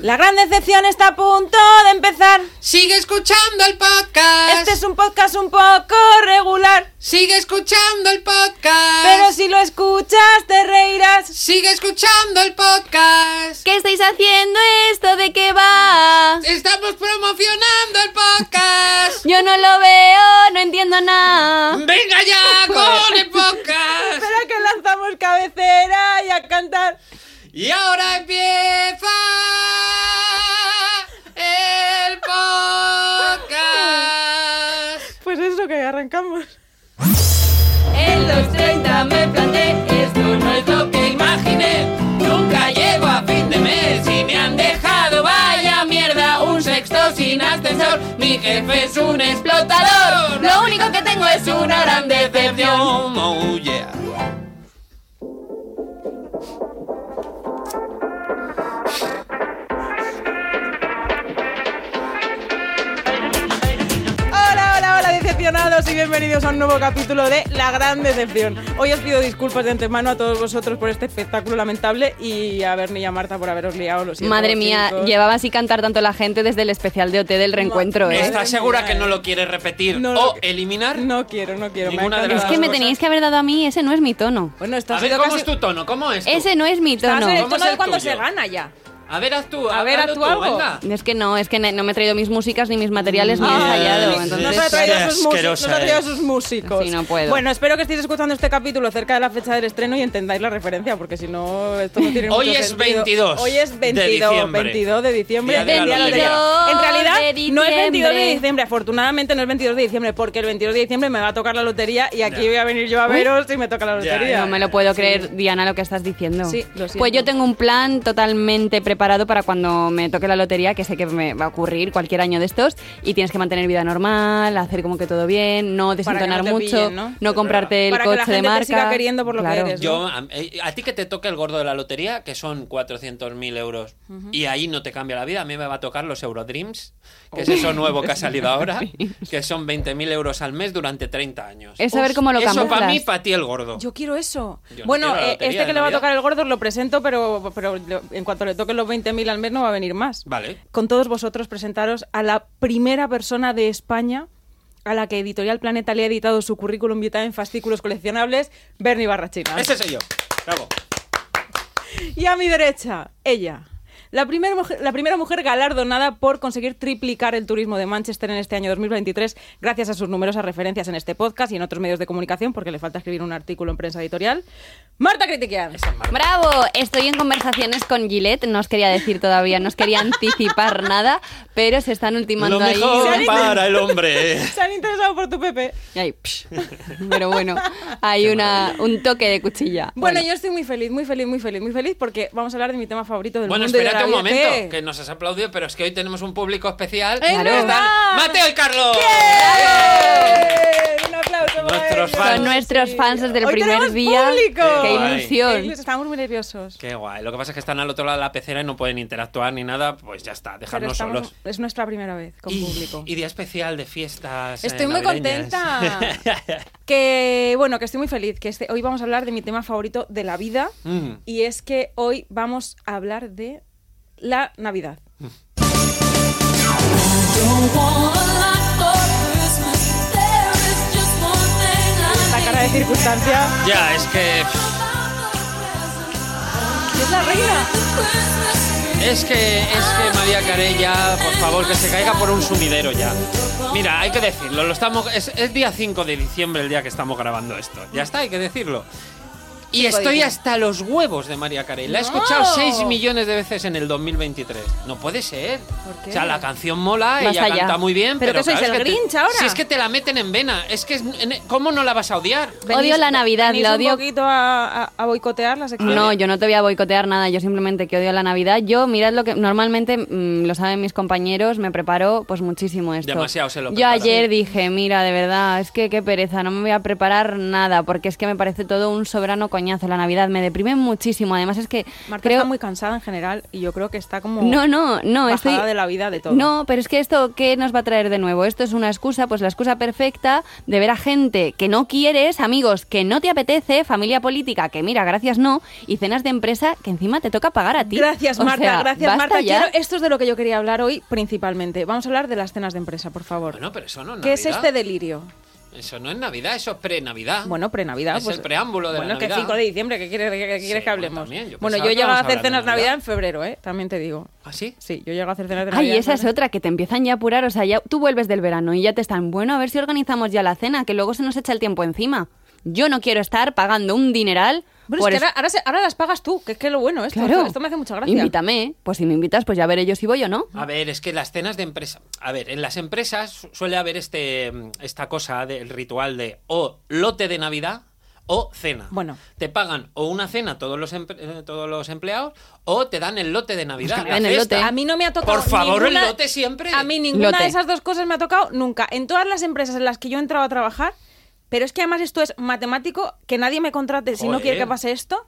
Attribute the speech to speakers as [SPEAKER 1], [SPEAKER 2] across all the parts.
[SPEAKER 1] La gran decepción está a punto de empezar.
[SPEAKER 2] Sigue escuchando el podcast.
[SPEAKER 1] Este es un podcast un poco regular,
[SPEAKER 2] Sigue escuchando el podcast.
[SPEAKER 1] pero si lo escuchas te reirás.
[SPEAKER 2] Sigue escuchando el podcast.
[SPEAKER 3] ¿Qué estáis haciendo esto? ¿De qué va?
[SPEAKER 2] Estamos promocionando el podcast.
[SPEAKER 3] Yo no lo veo, no entiendo nada.
[SPEAKER 2] Venga ya con el podcast.
[SPEAKER 1] Espera que lanzamos cabecera y a cantar.
[SPEAKER 2] Y ahora empieza el podcast.
[SPEAKER 1] Pues eso que arrancamos.
[SPEAKER 3] En los 30 me planteé esto no es
[SPEAKER 2] Lo que imaginé, nunca llego a fin de mes y me han dejado vaya mierda un sexto sin ascensor. Mi jefe es un explotador. Lo único que tengo es una gran decepción. Oh yeah.
[SPEAKER 1] Hola, hola, hola, decepcionados y bienvenidos a un nuevo capítulo de La Gran Decepción. Hoy os pido disculpas de antemano a todos vosotros por este espectáculo lamentable y a Bernie y a Marta por haberos liado. Lo siento,
[SPEAKER 3] Madre mía,
[SPEAKER 1] chicos.
[SPEAKER 3] llevaba así cantar tanto la gente desde el especial de OT del reencuentro, ¿eh?
[SPEAKER 2] ¿Estás segura que no lo quieres repetir
[SPEAKER 1] No lo-
[SPEAKER 2] o eliminar?
[SPEAKER 1] No quiero, no quiero. me
[SPEAKER 2] Ninguna
[SPEAKER 1] ha
[SPEAKER 2] de las
[SPEAKER 3] Es
[SPEAKER 1] encantado.
[SPEAKER 3] que me
[SPEAKER 2] cosas.
[SPEAKER 3] teníais que haber dado a mí, ese no es mi tono.
[SPEAKER 1] Bueno, esto
[SPEAKER 2] A
[SPEAKER 1] ha
[SPEAKER 2] ver,
[SPEAKER 1] sido
[SPEAKER 2] ¿cómo
[SPEAKER 1] casi-
[SPEAKER 2] es tu tono? ¿cómo es? tú?
[SPEAKER 3] Ese no es mi
[SPEAKER 1] Estás en el
[SPEAKER 3] tono.
[SPEAKER 2] ¿Cómo
[SPEAKER 1] tono
[SPEAKER 2] es
[SPEAKER 1] de
[SPEAKER 2] el
[SPEAKER 1] cuando
[SPEAKER 2] tuyo?
[SPEAKER 1] se gana ya.
[SPEAKER 2] A ver, haz tú.
[SPEAKER 1] A ver,
[SPEAKER 2] hazlo
[SPEAKER 1] haz tú algo.
[SPEAKER 2] venga.
[SPEAKER 3] Es que no, es que ne- no me he traído mis músicas, ni mis materiales, ni he
[SPEAKER 2] Ah,
[SPEAKER 3] ensayado.
[SPEAKER 2] sí,
[SPEAKER 1] no
[SPEAKER 3] Entonces,
[SPEAKER 1] se ha traído
[SPEAKER 2] Qué
[SPEAKER 1] a sus, músicos, no
[SPEAKER 2] asquerosa eh.
[SPEAKER 1] se ha traído a
[SPEAKER 2] eres.
[SPEAKER 1] sus músicos.
[SPEAKER 3] Sí, no puedo.
[SPEAKER 1] Bueno, espero que estéis escuchando este capítulo cerca de la fecha del estreno y entendáis la referencia, porque si no, esto no tiene
[SPEAKER 2] Hoy
[SPEAKER 1] mucho
[SPEAKER 2] es
[SPEAKER 1] sentido.
[SPEAKER 2] 22
[SPEAKER 1] Hoy es
[SPEAKER 2] de
[SPEAKER 1] 22
[SPEAKER 2] diciembre.
[SPEAKER 1] 22 de diciembre.
[SPEAKER 2] Día de
[SPEAKER 1] Día
[SPEAKER 2] la
[SPEAKER 1] de la
[SPEAKER 2] lotería.
[SPEAKER 1] lotería. En realidad,
[SPEAKER 3] de
[SPEAKER 1] no es 22 de
[SPEAKER 3] diciembre.
[SPEAKER 1] diciembre. Afortunadamente, no es 22 de diciembre, porque el 22 de diciembre me va a tocar la lotería y aquí voy a venir yo a veros y me toca la
[SPEAKER 2] Ya,
[SPEAKER 1] lotería.
[SPEAKER 2] ya,
[SPEAKER 3] No me lo puedo creer, Diana, lo que estás diciendo.
[SPEAKER 1] Sí, lo siento.
[SPEAKER 3] pues yo tengo un plan totalmente preparado para cuando me toque la lotería, que sé que me va a ocurrir cualquier año de estos, y tienes que mantener vida normal, hacer como que todo bien,
[SPEAKER 1] que
[SPEAKER 3] no
[SPEAKER 1] no
[SPEAKER 3] desentonar
[SPEAKER 1] te
[SPEAKER 3] mucho,
[SPEAKER 1] pillen, ¿no? Es
[SPEAKER 3] comprarte el
[SPEAKER 1] Para que la
[SPEAKER 3] coche de
[SPEAKER 1] gente te
[SPEAKER 3] marca.
[SPEAKER 1] siga queriendo por lo que
[SPEAKER 3] Claro.
[SPEAKER 1] eres.
[SPEAKER 2] Yo, a, eh, a ti que te toque el gordo de la lotería, que son 400.000 euros, y ahí no te cambia la vida, a mí me va a tocar los Eurodreams, que es eso nuevo que ha salido ahora, que son 20.000 euros al mes durante 30 años.
[SPEAKER 3] Es saber cómo lo
[SPEAKER 2] Eso para
[SPEAKER 3] camuflas.
[SPEAKER 2] mí, para ti el gordo.
[SPEAKER 1] Yo quiero eso.
[SPEAKER 2] Yo no
[SPEAKER 1] bueno,
[SPEAKER 2] quiero la
[SPEAKER 1] eh,
[SPEAKER 2] lotería
[SPEAKER 1] este que
[SPEAKER 2] de
[SPEAKER 1] le va a
[SPEAKER 2] Navidad.
[SPEAKER 1] tocar el gordo lo presento, pero, pero en cuanto le toquen los 20.000 al mes no va a venir más.
[SPEAKER 2] Vale.
[SPEAKER 1] Con todos vosotros presentaros a la primera persona de España a la que Editorial Planeta le ha editado su currículum vitae en fascículos coleccionables, Bernie Barrachina.
[SPEAKER 2] Ese soy yo. Bravo.
[SPEAKER 1] Y a mi derecha, ella. La, primer mujer- la primera mujer galardonada por conseguir triplicar el turismo de Manchester en este año 2023 gracias a sus numerosas referencias en este podcast y en otros medios de comunicación, porque le falta escribir un artículo en prensa editorial. Marta Critiquian.
[SPEAKER 3] Bravo, estoy en conversaciones con Gillette, no os quería decir todavía, no os quería anticipar nada, pero se están ultimando
[SPEAKER 2] Lo
[SPEAKER 3] ahí.
[SPEAKER 2] mejor
[SPEAKER 1] Salen-
[SPEAKER 2] para el hombre.
[SPEAKER 1] Se han interesado por tu Pepe.
[SPEAKER 3] Y ahí, psh. Pero bueno, hay una, un toque de cuchilla.
[SPEAKER 1] Bueno, yo estoy muy feliz, muy feliz, muy feliz, muy feliz porque vamos a hablar de mi tema favorito del
[SPEAKER 2] Bueno,
[SPEAKER 1] mundo. y de
[SPEAKER 2] espérate
[SPEAKER 1] la
[SPEAKER 2] un
[SPEAKER 1] vida,
[SPEAKER 2] momento,
[SPEAKER 1] ¿qué?
[SPEAKER 2] que nos has aplaudido, pero es que hoy tenemos un público especial.
[SPEAKER 1] ¡Es
[SPEAKER 3] Claro.
[SPEAKER 2] Están
[SPEAKER 1] verdad!
[SPEAKER 2] Mateo y Carlos.
[SPEAKER 1] ¡Eh! Un aplauso para
[SPEAKER 2] Nuestros
[SPEAKER 1] ellos.
[SPEAKER 2] fans.
[SPEAKER 3] Son nuestros fans desde el
[SPEAKER 1] Hoy
[SPEAKER 3] primer
[SPEAKER 1] tenemos
[SPEAKER 3] día.
[SPEAKER 1] público.
[SPEAKER 3] ¡Qué
[SPEAKER 2] Guay.
[SPEAKER 3] ilusión!
[SPEAKER 1] Ellos Estamos muy nerviosos.
[SPEAKER 2] Qué guay. Lo que pasa es que están al otro lado de la pecera y no pueden interactuar ni nada. Pues ya está,
[SPEAKER 1] Pero
[SPEAKER 2] dejarnos
[SPEAKER 1] estamos-
[SPEAKER 2] solos.
[SPEAKER 1] es nuestra primera vez con
[SPEAKER 2] y,
[SPEAKER 1] público.
[SPEAKER 2] y día especial de fiestas. eh,
[SPEAKER 1] Estoy muy
[SPEAKER 2] navideñas.
[SPEAKER 1] contenta. que bueno, que estoy muy feliz. Que este- hoy vamos a hablar de mi tema favorito de la vida.
[SPEAKER 2] Mm.
[SPEAKER 1] Y es que hoy vamos a hablar de la Navidad. La cara de circunstancia.
[SPEAKER 2] ya, es que.
[SPEAKER 1] Es la reina.
[SPEAKER 2] Es que. Es que María Carey ya, por favor, que se caiga por un sumidero ya. Mira, hay que decirlo. Lo estamos, es, es día 5 de diciembre el día que estamos grabando esto. Ya está, hay que decirlo. Y estoy hasta los huevos de María Carey. La he escuchado 6 millones de veces en el 2023. No puede ser.
[SPEAKER 1] ¿Por qué?
[SPEAKER 2] O sea, la canción mola,
[SPEAKER 3] Más
[SPEAKER 2] ella
[SPEAKER 3] allá.
[SPEAKER 2] canta muy bien.
[SPEAKER 1] ¿Pero
[SPEAKER 2] Pero,
[SPEAKER 1] qué sois,
[SPEAKER 2] claro, es
[SPEAKER 1] el
[SPEAKER 2] que te-
[SPEAKER 1] Grinch ahora?
[SPEAKER 2] Si es que te la meten en vena. Es que, es- en- ¿cómo no la vas a odiar?
[SPEAKER 3] Odio la Navidad,
[SPEAKER 1] venís
[SPEAKER 3] la
[SPEAKER 1] un
[SPEAKER 3] odio.
[SPEAKER 1] poquito a, a- a boicotear la sección.
[SPEAKER 3] No, yo no te voy a boicotear nada, yo simplemente que odio la Navidad. Yo, mirad lo que normalmente, mm, lo saben mis compañeros, me preparo pues muchísimo esto.
[SPEAKER 2] Demasiado se lo
[SPEAKER 3] Yo
[SPEAKER 2] preparan.
[SPEAKER 3] ayer dije, mira, de verdad, es que qué pereza, no me voy a preparar nada, porque es que me parece todo un soberano coñazo la Navidad, me deprime muchísimo. Además es que
[SPEAKER 1] Marta
[SPEAKER 3] creo
[SPEAKER 1] está muy cansada en general y yo creo que está como
[SPEAKER 3] no, no, no,
[SPEAKER 1] bajada
[SPEAKER 3] estoy
[SPEAKER 1] de la vida de todo.
[SPEAKER 3] No, pero es que esto qué nos va a traer de nuevo? Esto es una excusa, pues la excusa perfecta de ver a gente que no quieres, amigos que no te apetece, familia política que mira, gracias no, y cenas de empresa que encima te toca pagar a ti.
[SPEAKER 1] Gracias,
[SPEAKER 3] O
[SPEAKER 1] Marta.
[SPEAKER 3] sea,
[SPEAKER 1] gracias,
[SPEAKER 3] basta
[SPEAKER 1] Marta.
[SPEAKER 3] ya.
[SPEAKER 1] Quiero- esto es de lo que yo quería hablar hoy principalmente. Vamos a hablar de las cenas de empresa, por favor.
[SPEAKER 2] Bueno, pero eso no es
[SPEAKER 1] ¿Qué
[SPEAKER 2] Navidad.
[SPEAKER 1] es este delirio?
[SPEAKER 2] Eso no es Navidad, eso es pre-Navidad.
[SPEAKER 1] Bueno, pre-Navidad.
[SPEAKER 2] Es
[SPEAKER 1] pues-
[SPEAKER 2] el preámbulo de
[SPEAKER 1] bueno,
[SPEAKER 2] la
[SPEAKER 1] que
[SPEAKER 2] Navidad.
[SPEAKER 1] 5 de diciembre, ¿qué quieres, qué quieres
[SPEAKER 2] Sí,
[SPEAKER 1] que
[SPEAKER 2] bueno,
[SPEAKER 1] hablemos?
[SPEAKER 2] también, yo
[SPEAKER 1] bueno,
[SPEAKER 2] pensaba
[SPEAKER 1] yo he
[SPEAKER 2] que
[SPEAKER 1] llegado a
[SPEAKER 2] íbamos a
[SPEAKER 1] hacer
[SPEAKER 2] hablar de
[SPEAKER 1] cenas de
[SPEAKER 2] Navidad.
[SPEAKER 1] Navidad en febrero, ¿eh? También te digo.
[SPEAKER 2] ¿Ah, sí?
[SPEAKER 1] Sí, yo llego a hacer cenas de Navidad.
[SPEAKER 3] Ay, esa es
[SPEAKER 1] ¿no?
[SPEAKER 3] otra, que te empiezan ya a apurar, o sea, ya tú vuelves del verano y ya te están, bueno, a ver si organizamos ya la cena, que luego se nos echa el tiempo encima. Yo no quiero estar pagando un dineral
[SPEAKER 1] Bueno,
[SPEAKER 3] por
[SPEAKER 1] es que
[SPEAKER 3] esto.
[SPEAKER 1] ahora, ahora se- ahora las pagas tú, que es que lo bueno esto.
[SPEAKER 3] Claro.
[SPEAKER 1] Esto, esto me hace mucha gracia.
[SPEAKER 3] Invítame, pues si me invitas, pues ya veré yo si voy o no.
[SPEAKER 2] A ver, es que las cenas de empresa. A ver, en las empresas su- suele haber este esta cosa del ritual de o lote de Navidad o cena.
[SPEAKER 1] Bueno.
[SPEAKER 2] Te pagan o una cena todos los empre- eh, todos los empleados o te dan el lote de Navidad.
[SPEAKER 3] que me
[SPEAKER 2] la
[SPEAKER 3] den el
[SPEAKER 2] cesta.
[SPEAKER 3] lote.
[SPEAKER 1] A mí no me ha tocado.
[SPEAKER 2] Por favor,
[SPEAKER 1] ninguna-
[SPEAKER 2] el lote siempre.
[SPEAKER 1] A mí ninguna
[SPEAKER 3] Lote.
[SPEAKER 1] de esas dos cosas me ha tocado nunca. En todas las empresas en las que yo he entrado a trabajar, pero es que además esto es matemático, que nadie me contrate si no
[SPEAKER 2] Joder.
[SPEAKER 1] quiere que pase esto,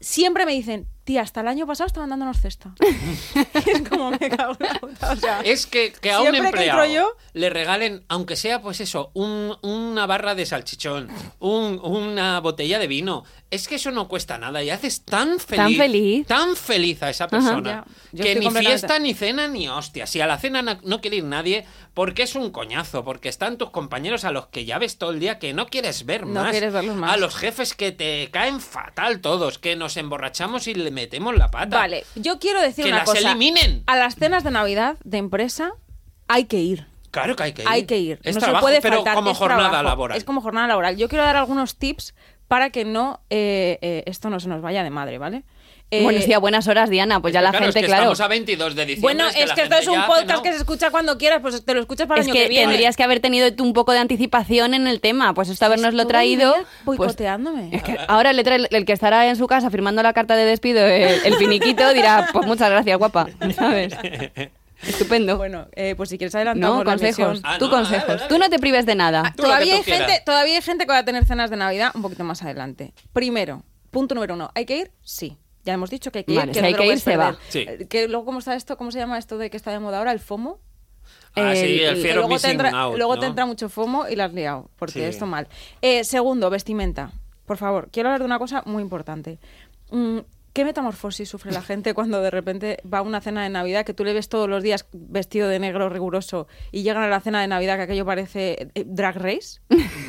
[SPEAKER 1] siempre me dicen, tía, hasta el año pasado estaban dándonos cesta. es como me cago en la puta. O sea,
[SPEAKER 2] Es que, que a un
[SPEAKER 1] Siempre que entro
[SPEAKER 2] empleado
[SPEAKER 1] yo-
[SPEAKER 2] le regalen, aunque sea pues eso, un- una barra de salchichón, un- una botella de vino, es que eso no cuesta nada y haces tan feliz,
[SPEAKER 3] Tan feliz.
[SPEAKER 2] tan feliz a esa
[SPEAKER 1] Ya,
[SPEAKER 2] persona,
[SPEAKER 1] yo
[SPEAKER 2] que
[SPEAKER 1] estoy
[SPEAKER 2] ni
[SPEAKER 1] completamente-
[SPEAKER 2] fiesta, ni cena, ni hostia. Si a la cena na- no quiere ir nadie, porque es un coñazo, porque están tus compañeros a los que ya ves todo el día que no quieres ver
[SPEAKER 1] No
[SPEAKER 2] más,
[SPEAKER 1] quieres verlos más.
[SPEAKER 2] a los jefes que te caen fatal todos, que nos emborrachamos y le metemos la pata.
[SPEAKER 1] vale, yo quiero decir
[SPEAKER 2] Que
[SPEAKER 1] una
[SPEAKER 2] las
[SPEAKER 1] cosa.
[SPEAKER 2] eliminen.
[SPEAKER 1] A las cenas de Navidad de empresa hay que ir.
[SPEAKER 2] Claro que hay que ir.
[SPEAKER 1] Hay que ir.
[SPEAKER 2] Es
[SPEAKER 1] no
[SPEAKER 2] trabajo,
[SPEAKER 1] se puede
[SPEAKER 2] pero
[SPEAKER 1] faltar.
[SPEAKER 2] como
[SPEAKER 1] es
[SPEAKER 2] jornada
[SPEAKER 1] trabajo,
[SPEAKER 2] laboral.
[SPEAKER 1] Es como jornada laboral. Yo quiero dar algunos tips para que no eh, eh, esto no se nos vaya de madre, ¿vale? Eh,
[SPEAKER 3] bueno, sí, a buenas horas, Diana, pues
[SPEAKER 2] Es
[SPEAKER 3] ya
[SPEAKER 2] que,
[SPEAKER 3] la
[SPEAKER 2] claro,
[SPEAKER 3] gente,
[SPEAKER 2] es que
[SPEAKER 3] claro.
[SPEAKER 2] Estamos a 22 de diciembre.
[SPEAKER 1] Bueno, es
[SPEAKER 2] la
[SPEAKER 1] que esto es
[SPEAKER 2] gente
[SPEAKER 1] un
[SPEAKER 2] ya
[SPEAKER 1] podcast
[SPEAKER 2] hace,
[SPEAKER 1] que
[SPEAKER 2] ¿no?
[SPEAKER 1] se escucha cuando quieras, pues te lo escuchas para el
[SPEAKER 3] Es
[SPEAKER 1] año que,
[SPEAKER 3] que
[SPEAKER 1] viene.
[SPEAKER 3] tendrías que haber tenido tú un poco de anticipación en el tema, pues esto habernoslo
[SPEAKER 1] Todo el
[SPEAKER 3] traído.
[SPEAKER 1] día
[SPEAKER 3] pues-
[SPEAKER 1] boicoteándome.
[SPEAKER 3] es que ahora le trae el, el que estará en su casa firmando la carta de despido, eh, el, finiquito, dirá, pues muchas gracias, guapa, ¿sabes? Estupendo.
[SPEAKER 1] Bueno, eh, pues si quieres
[SPEAKER 3] no,
[SPEAKER 1] adelantamos la
[SPEAKER 3] consejos.
[SPEAKER 1] emisión.
[SPEAKER 2] Ah,
[SPEAKER 3] tú
[SPEAKER 2] no, dale,
[SPEAKER 3] consejos.
[SPEAKER 2] dale.
[SPEAKER 3] Tú no te prives de nada.
[SPEAKER 2] Tú lo que
[SPEAKER 1] Todavía
[SPEAKER 2] tú
[SPEAKER 1] hay,
[SPEAKER 2] quieras.
[SPEAKER 1] gente, todavía hay gente que va a tener cenas de Navidad un poquito más adelante. Primero, punto número uno, ¿hay que ir? Sí. Ya hemos dicho que hay que
[SPEAKER 3] Vale,
[SPEAKER 1] ir.
[SPEAKER 3] si
[SPEAKER 1] Que no
[SPEAKER 3] hay
[SPEAKER 1] te lo
[SPEAKER 3] que ir,
[SPEAKER 1] puedes
[SPEAKER 3] se va.
[SPEAKER 1] perder.
[SPEAKER 2] Sí.
[SPEAKER 1] Eh, Que luego, ¿cómo está esto? ¿Cómo se llama esto de que está de moda ahora? ¿El FOMO?
[SPEAKER 2] Ah, sí, el
[SPEAKER 1] que
[SPEAKER 2] fear of
[SPEAKER 1] eh, luego te
[SPEAKER 2] missing
[SPEAKER 1] entra,
[SPEAKER 2] out,
[SPEAKER 1] luego
[SPEAKER 2] ¿no?
[SPEAKER 1] te entra mucho FOMO y la has liado, porque
[SPEAKER 2] Sí.
[SPEAKER 1] esto mal. Eh, segundo, vestimenta. Por favor, quiero hablar de una cosa muy importante. Mm, ¿Qué metamorfosis sufre la gente cuando de repente va a una cena de Navidad que tú le ves todos los días vestido de negro riguroso y llegan a la cena de Navidad que aquello parece eh, drag race?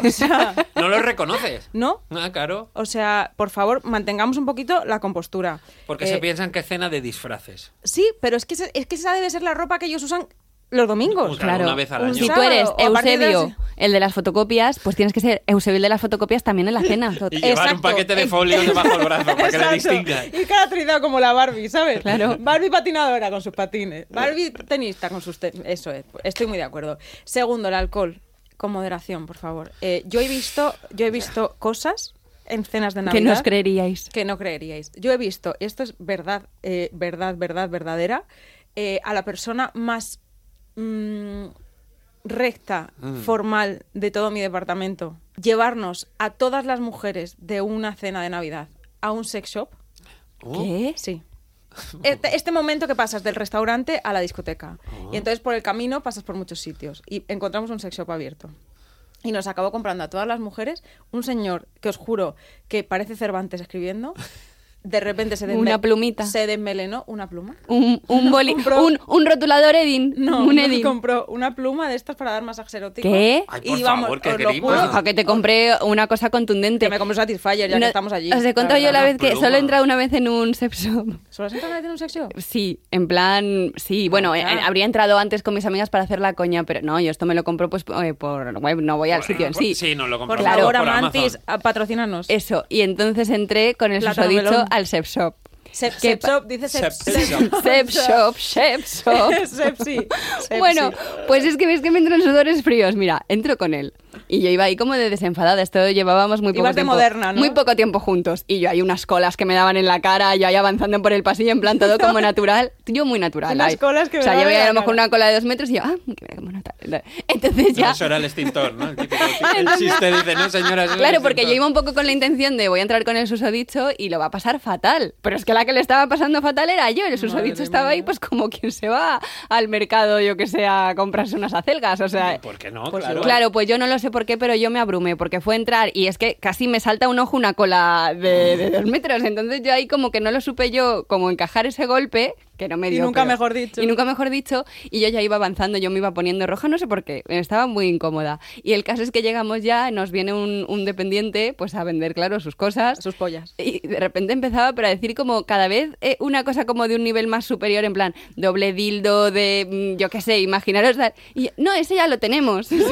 [SPEAKER 1] O sea,
[SPEAKER 2] No lo reconoces.
[SPEAKER 1] ¿no?
[SPEAKER 2] Ah, claro.
[SPEAKER 1] O sea, por favor, mantengamos un poquito la compostura.
[SPEAKER 2] Porque
[SPEAKER 1] Eh,
[SPEAKER 2] se piensan que es cena de disfraces.
[SPEAKER 1] Sí, pero es que, ese- es que esa debe ser la ropa que ellos usan los domingos.
[SPEAKER 2] Claro, una vez al año.
[SPEAKER 3] Si
[SPEAKER 1] pues Un
[SPEAKER 3] tú eres
[SPEAKER 1] sábado, o a partir de
[SPEAKER 3] Eusebio,
[SPEAKER 1] las-
[SPEAKER 3] el de las fotocopias, pues tienes que ser Eusebio el de las fotocopias también en la cena.
[SPEAKER 2] Y llevar un paquete de folio debajo del brazo para que le
[SPEAKER 1] eh, Exacto.
[SPEAKER 2] distingan.
[SPEAKER 1] Y caracterizado como la Barbie, ¿sabes?
[SPEAKER 3] Claro.
[SPEAKER 1] Barbie patinadora con sus patines. Barbie tenista con sus... te- Eso es, estoy muy de acuerdo. Segundo, el alcohol. Con moderación, por favor. Eh, yo, he visto, yo he visto cosas en cenas de
[SPEAKER 3] que
[SPEAKER 1] Navidad...
[SPEAKER 3] no os creeríais.
[SPEAKER 1] Que no creeríais. Yo he visto, y esto es verdad, eh, verdad, verdad, verdadera, eh, a la persona más mm, recta, formal de todo mi departamento, llevarnos a todas las mujeres de una cena de Navidad a un sex shop.
[SPEAKER 2] Uh,
[SPEAKER 3] ¿Qué?
[SPEAKER 1] Sí. Este, este momento que pasas del restaurante a la discoteca.
[SPEAKER 2] Ah.
[SPEAKER 1] Y entonces por el camino pasas por muchos sitios. Y encontramos un sex shop abierto. Y nos acabó comprando a todas las mujeres un señor que os juro que parece Cervantes escribiendo. De repente se desme-
[SPEAKER 3] Una plumita.
[SPEAKER 1] Se desmelenó una pluma.
[SPEAKER 3] Un, un, boli-
[SPEAKER 1] Un pro-
[SPEAKER 3] un, un rotulador Edin.
[SPEAKER 1] No,
[SPEAKER 3] un
[SPEAKER 1] nos
[SPEAKER 3] Edin.
[SPEAKER 1] compró una pluma de estas para dar masajes eróticos.
[SPEAKER 3] ¿Qué?
[SPEAKER 2] Ay,
[SPEAKER 1] y
[SPEAKER 2] por
[SPEAKER 1] vamos,
[SPEAKER 2] favor, qué
[SPEAKER 1] os lo
[SPEAKER 2] grima.
[SPEAKER 1] juro,
[SPEAKER 2] Ah.
[SPEAKER 3] Ojo, que te compré una cosa contundente.
[SPEAKER 1] que me compré un Satisfyer ya
[SPEAKER 3] No,
[SPEAKER 1] que estamos allí.
[SPEAKER 3] Os he contado yo
[SPEAKER 1] verdad.
[SPEAKER 3] la vez que
[SPEAKER 2] Pluma.
[SPEAKER 3] solo he entrado una vez en un sex shop.
[SPEAKER 1] ¿Solo has entrado en un sex shop?
[SPEAKER 3] Sí, en plan,
[SPEAKER 1] Ah,
[SPEAKER 3] sí, bueno, eh,
[SPEAKER 1] claro.
[SPEAKER 3] habría entrado antes con mis amigas para hacer la coña, pero no, yo esto me lo compro pues eh, por web, no voy al
[SPEAKER 2] Por-
[SPEAKER 3] sitio en
[SPEAKER 2] por-
[SPEAKER 3] sí.
[SPEAKER 2] pues sí, no lo
[SPEAKER 1] Por
[SPEAKER 2] compramos
[SPEAKER 3] Claro.
[SPEAKER 1] favor,
[SPEAKER 2] por
[SPEAKER 1] Amantis,
[SPEAKER 2] Amazon.
[SPEAKER 1] a- patrocínanos.
[SPEAKER 3] Eso, y entonces entré con el
[SPEAKER 1] Plátano
[SPEAKER 3] susodicho
[SPEAKER 1] melón.
[SPEAKER 3] al sex shop.
[SPEAKER 1] Sep,
[SPEAKER 3] ¿Qué
[SPEAKER 1] sep
[SPEAKER 3] pa-
[SPEAKER 1] shop, dice sep,
[SPEAKER 2] Sep- sep shop.
[SPEAKER 3] Sep shop, sep shop.
[SPEAKER 1] Sepsi.
[SPEAKER 3] Bueno, pues es que ves que me entran sudores fríos. Mira, entro con él. Y yo iba ahí como de desenfadada. Esto llevábamos muy poco
[SPEAKER 1] Ibas de
[SPEAKER 3] tiempo.
[SPEAKER 1] moderna, ¿no?
[SPEAKER 3] Muy poco tiempo juntos. Y yo hay unas colas que me daban en la cara, yo ahí avanzando por el pasillo, en plan todo como natural. Yo muy natural.
[SPEAKER 1] Unas
[SPEAKER 3] ahí.
[SPEAKER 1] colas que me
[SPEAKER 3] O sea,
[SPEAKER 1] daban
[SPEAKER 3] yo
[SPEAKER 1] en
[SPEAKER 3] veía
[SPEAKER 1] la
[SPEAKER 3] a lo mejor
[SPEAKER 1] cara.
[SPEAKER 3] una cola de dos metros y yo, ah, que me como natural. Entonces ya.
[SPEAKER 2] eso era el extintor, ¿no? El típico el chiste dice, no, señora. eso es
[SPEAKER 3] Claro,
[SPEAKER 2] el
[SPEAKER 3] porque yo
[SPEAKER 2] extintor".
[SPEAKER 3] iba un poco con la intención de voy a entrar con el susodicho y lo va a pasar fatal. Pero es que la que le estaba pasando fatal era yo. El susodicho estaba ahí pues como quien se va al mercado, yo que sé, a comprarse unas acelgas. O sea,
[SPEAKER 1] pues
[SPEAKER 2] ¿Por qué no? claro.
[SPEAKER 3] Claro, pues yo no lo sé por qué, pero yo me abrumé, porque fue entrar y es que casi me salta un ojo una cola de, de dos metros. Entonces yo ahí como que no lo supe yo como encajar ese golpe, que no me
[SPEAKER 1] Y
[SPEAKER 3] dio.
[SPEAKER 1] nunca
[SPEAKER 3] pero-
[SPEAKER 1] mejor dicho.
[SPEAKER 3] Y nunca mejor dicho, y yo ya iba avanzando, yo me iba poniendo roja, no sé por qué, estaba muy incómoda. Y el caso es que llegamos ya, nos viene un, un dependiente pues a vender, claro, sus cosas.
[SPEAKER 1] Sus pollas.
[SPEAKER 3] Y de repente empezaba pero a decir como cada vez eh, una cosa como de un nivel más superior, en plan, doble dildo de, mm, yo qué sé, imaginaros... tal. Y yo, no, ese ya lo tenemos. yo no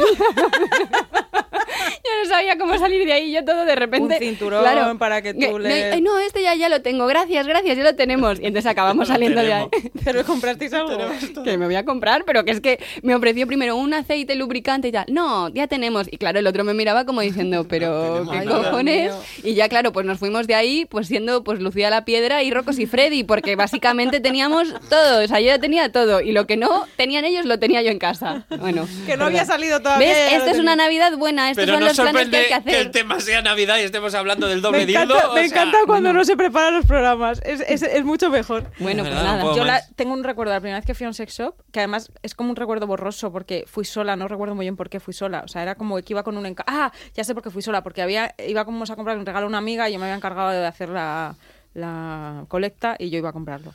[SPEAKER 3] sabía cómo salir de ahí, yo todo de repente...
[SPEAKER 1] Un cinturón para que tú
[SPEAKER 3] no,
[SPEAKER 1] le-
[SPEAKER 3] eh, No, este ya, ya lo tengo, gracias, gracias, ya lo tenemos. Y entonces acabamos saliendo de ahí.
[SPEAKER 1] Pero comprasteis algo.
[SPEAKER 3] Que me voy a comprar, pero que es que me ofreció primero un aceite lubricante y tal. No, ya tenemos. Y claro, el otro me miraba como diciendo, pero
[SPEAKER 2] tenemos
[SPEAKER 3] ¿qué
[SPEAKER 2] nada.
[SPEAKER 3] cojones? Y ya claro, pues nos fuimos de ahí, pues siendo pues Lucía la Piedra y Rocos y Freddy, porque básicamente teníamos todo. O sea, yo ya tenía todo. Y lo que no tenían ellos, lo tenía yo en casa. Bueno.
[SPEAKER 1] Que no había
[SPEAKER 3] perdón.
[SPEAKER 1] salido todavía, ya lo
[SPEAKER 3] ¿Ves? Esta es
[SPEAKER 1] tenía.
[SPEAKER 3] una Navidad buena. Estos
[SPEAKER 2] Pero
[SPEAKER 3] son
[SPEAKER 2] nos
[SPEAKER 3] los planes que
[SPEAKER 2] sorprende
[SPEAKER 3] hay
[SPEAKER 2] que,
[SPEAKER 3] que hacer.
[SPEAKER 2] el tema sea Navidad y estemos hablando del
[SPEAKER 1] Me
[SPEAKER 2] doble dildo.
[SPEAKER 1] encanta,
[SPEAKER 2] o
[SPEAKER 1] me
[SPEAKER 2] sea,
[SPEAKER 1] encanta cuando no. se preparan los programas. Es, es- es mucho mejor.
[SPEAKER 3] Bueno,
[SPEAKER 2] De
[SPEAKER 3] pues
[SPEAKER 2] verdad, no
[SPEAKER 3] nada.
[SPEAKER 2] puedo
[SPEAKER 1] Yo la-
[SPEAKER 2] más.
[SPEAKER 1] tengo un recuerdo, la primera vez que fui a un sex shop, que además es como un recuerdo borroso porque fui sola, no recuerdo muy bien por qué fui sola. O sea, era como que iba con un encargo. Ah, ya sé por qué fui sola, porque había, iba como a comprar un regalo a una amiga y yo me había encargado de hacer la, la colecta y yo iba a comprarlo.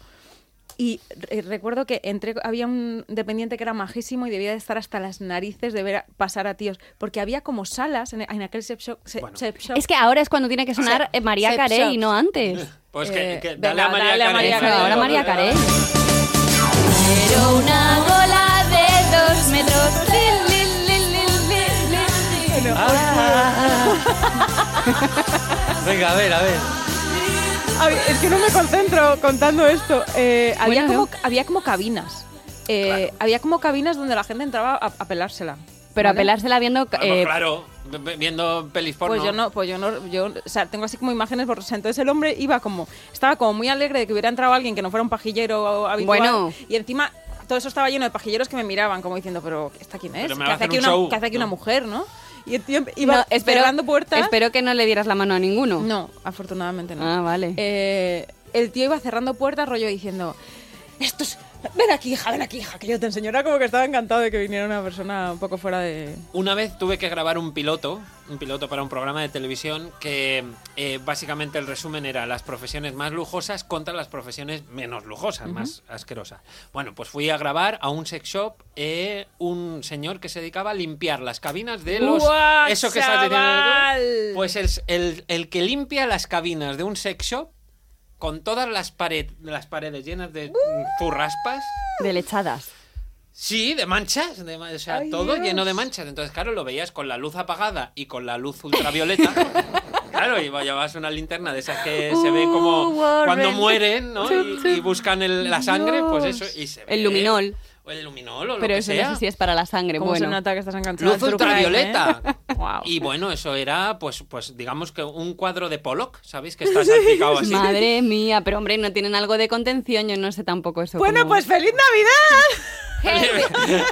[SPEAKER 1] Y re- recuerdo que entré, había un dependiente que era majísimo y debía de estar hasta las narices de ver a- pasar a tíos, porque había como salas en, en aquel sex shop. se-
[SPEAKER 2] Bueno.
[SPEAKER 1] sex shop.
[SPEAKER 3] Es que ahora es cuando tiene que sonar eh, María
[SPEAKER 1] sex
[SPEAKER 3] Carey y
[SPEAKER 1] shops.
[SPEAKER 3] no antes.
[SPEAKER 2] Pues que,
[SPEAKER 1] Eh,
[SPEAKER 2] que dale,
[SPEAKER 1] venga,
[SPEAKER 2] a María
[SPEAKER 1] dale a
[SPEAKER 2] Carey,
[SPEAKER 1] María
[SPEAKER 2] por
[SPEAKER 3] Eso,
[SPEAKER 1] Carey.
[SPEAKER 3] ahora
[SPEAKER 2] favor.
[SPEAKER 3] María Carey. Pero una bola de dos metros.
[SPEAKER 2] Venga, a ver, a ver.
[SPEAKER 1] Ay, es que no me concentro contando esto. Eh, había,
[SPEAKER 3] Bueno,
[SPEAKER 1] como, había como cabinas. Eh, Había como cabinas donde la gente entraba a, a pelársela.
[SPEAKER 3] Pero a
[SPEAKER 1] ¿vale?
[SPEAKER 3] pelársela viendo.
[SPEAKER 2] Vamos,
[SPEAKER 3] eh,
[SPEAKER 2] claro, ve- ve- viendo pelis porno.
[SPEAKER 1] Pues yo no, pues yo no, yo, o sea, tengo así como imágenes borrosas. Entonces el hombre iba como, estaba como muy alegre de que hubiera entrado alguien que no fuera un pajillero habitual.
[SPEAKER 3] Bueno.
[SPEAKER 1] Y encima todo eso estaba lleno de pajilleros que me miraban como diciendo, pero ¿esta quién es?
[SPEAKER 2] Pero me
[SPEAKER 1] ¿Qué
[SPEAKER 2] va a
[SPEAKER 1] hace aquí,
[SPEAKER 2] hacer un
[SPEAKER 1] una,
[SPEAKER 2] show,
[SPEAKER 1] qué hace aquí
[SPEAKER 2] ¿no?
[SPEAKER 1] una mujer, no? Y el tío iba
[SPEAKER 3] no, espero,
[SPEAKER 1] cerrando puertas.
[SPEAKER 3] espero que no le dieras la mano a ninguno.
[SPEAKER 1] No, afortunadamente no.
[SPEAKER 3] Ah, vale.
[SPEAKER 1] Eh, el tío iba cerrando puertas, rollo diciendo: Esto es. Ven aquí, hija, ven aquí, hija, que yo te enseño. Era como que estaba encantado de que viniera una persona un poco fuera de.
[SPEAKER 2] Una vez tuve que grabar un piloto, un piloto para un programa de televisión que eh, básicamente el resumen era las profesiones más lujosas contra las profesiones menos lujosas, más asquerosas. Bueno, pues fui a grabar a un sex shop eh, un señor que se dedicaba a limpiar las cabinas de los...
[SPEAKER 1] ¡Guau,
[SPEAKER 2] eso que estás diciendo.
[SPEAKER 1] chaval!
[SPEAKER 2] Pues el, el- el que limpia las cabinas de un sex shop con todas las, pared- las paredes llenas de
[SPEAKER 1] ¡Uh!
[SPEAKER 2] mm, zurraspas.
[SPEAKER 3] De lechadas.
[SPEAKER 2] Sí, de manchas, de ma- o sea,
[SPEAKER 1] Ay,
[SPEAKER 2] todo
[SPEAKER 1] Dios.
[SPEAKER 2] lleno de manchas. Entonces, claro, lo veías con la luz apagada y con la luz ultravioleta. claro, y llevabas una linterna de esas que se ve como
[SPEAKER 3] Uh, Warren.
[SPEAKER 2] cuando mueren, ¿no? Y, y buscan el- la sangre, pues eso. Y se
[SPEAKER 3] El
[SPEAKER 2] ve-
[SPEAKER 3] luminol.
[SPEAKER 2] O el luminol o lo
[SPEAKER 3] Pero
[SPEAKER 2] que
[SPEAKER 3] eso
[SPEAKER 2] sea.
[SPEAKER 3] no sé si es para la sangre.
[SPEAKER 1] Como
[SPEAKER 3] Bueno.
[SPEAKER 1] se nota que estás enganchado.
[SPEAKER 2] Luz
[SPEAKER 1] al true crime,
[SPEAKER 2] ultravioleta.
[SPEAKER 1] ¿eh? Guau.
[SPEAKER 2] Y bueno, eso era, pues, pues digamos que un cuadro de Pollock, ¿sabéis? Que está salpicado así.
[SPEAKER 3] Madre mía, pero hombre, no tienen algo de contención, yo no sé tampoco eso.
[SPEAKER 1] Bueno,
[SPEAKER 3] cómo-
[SPEAKER 1] pues feliz Navidad.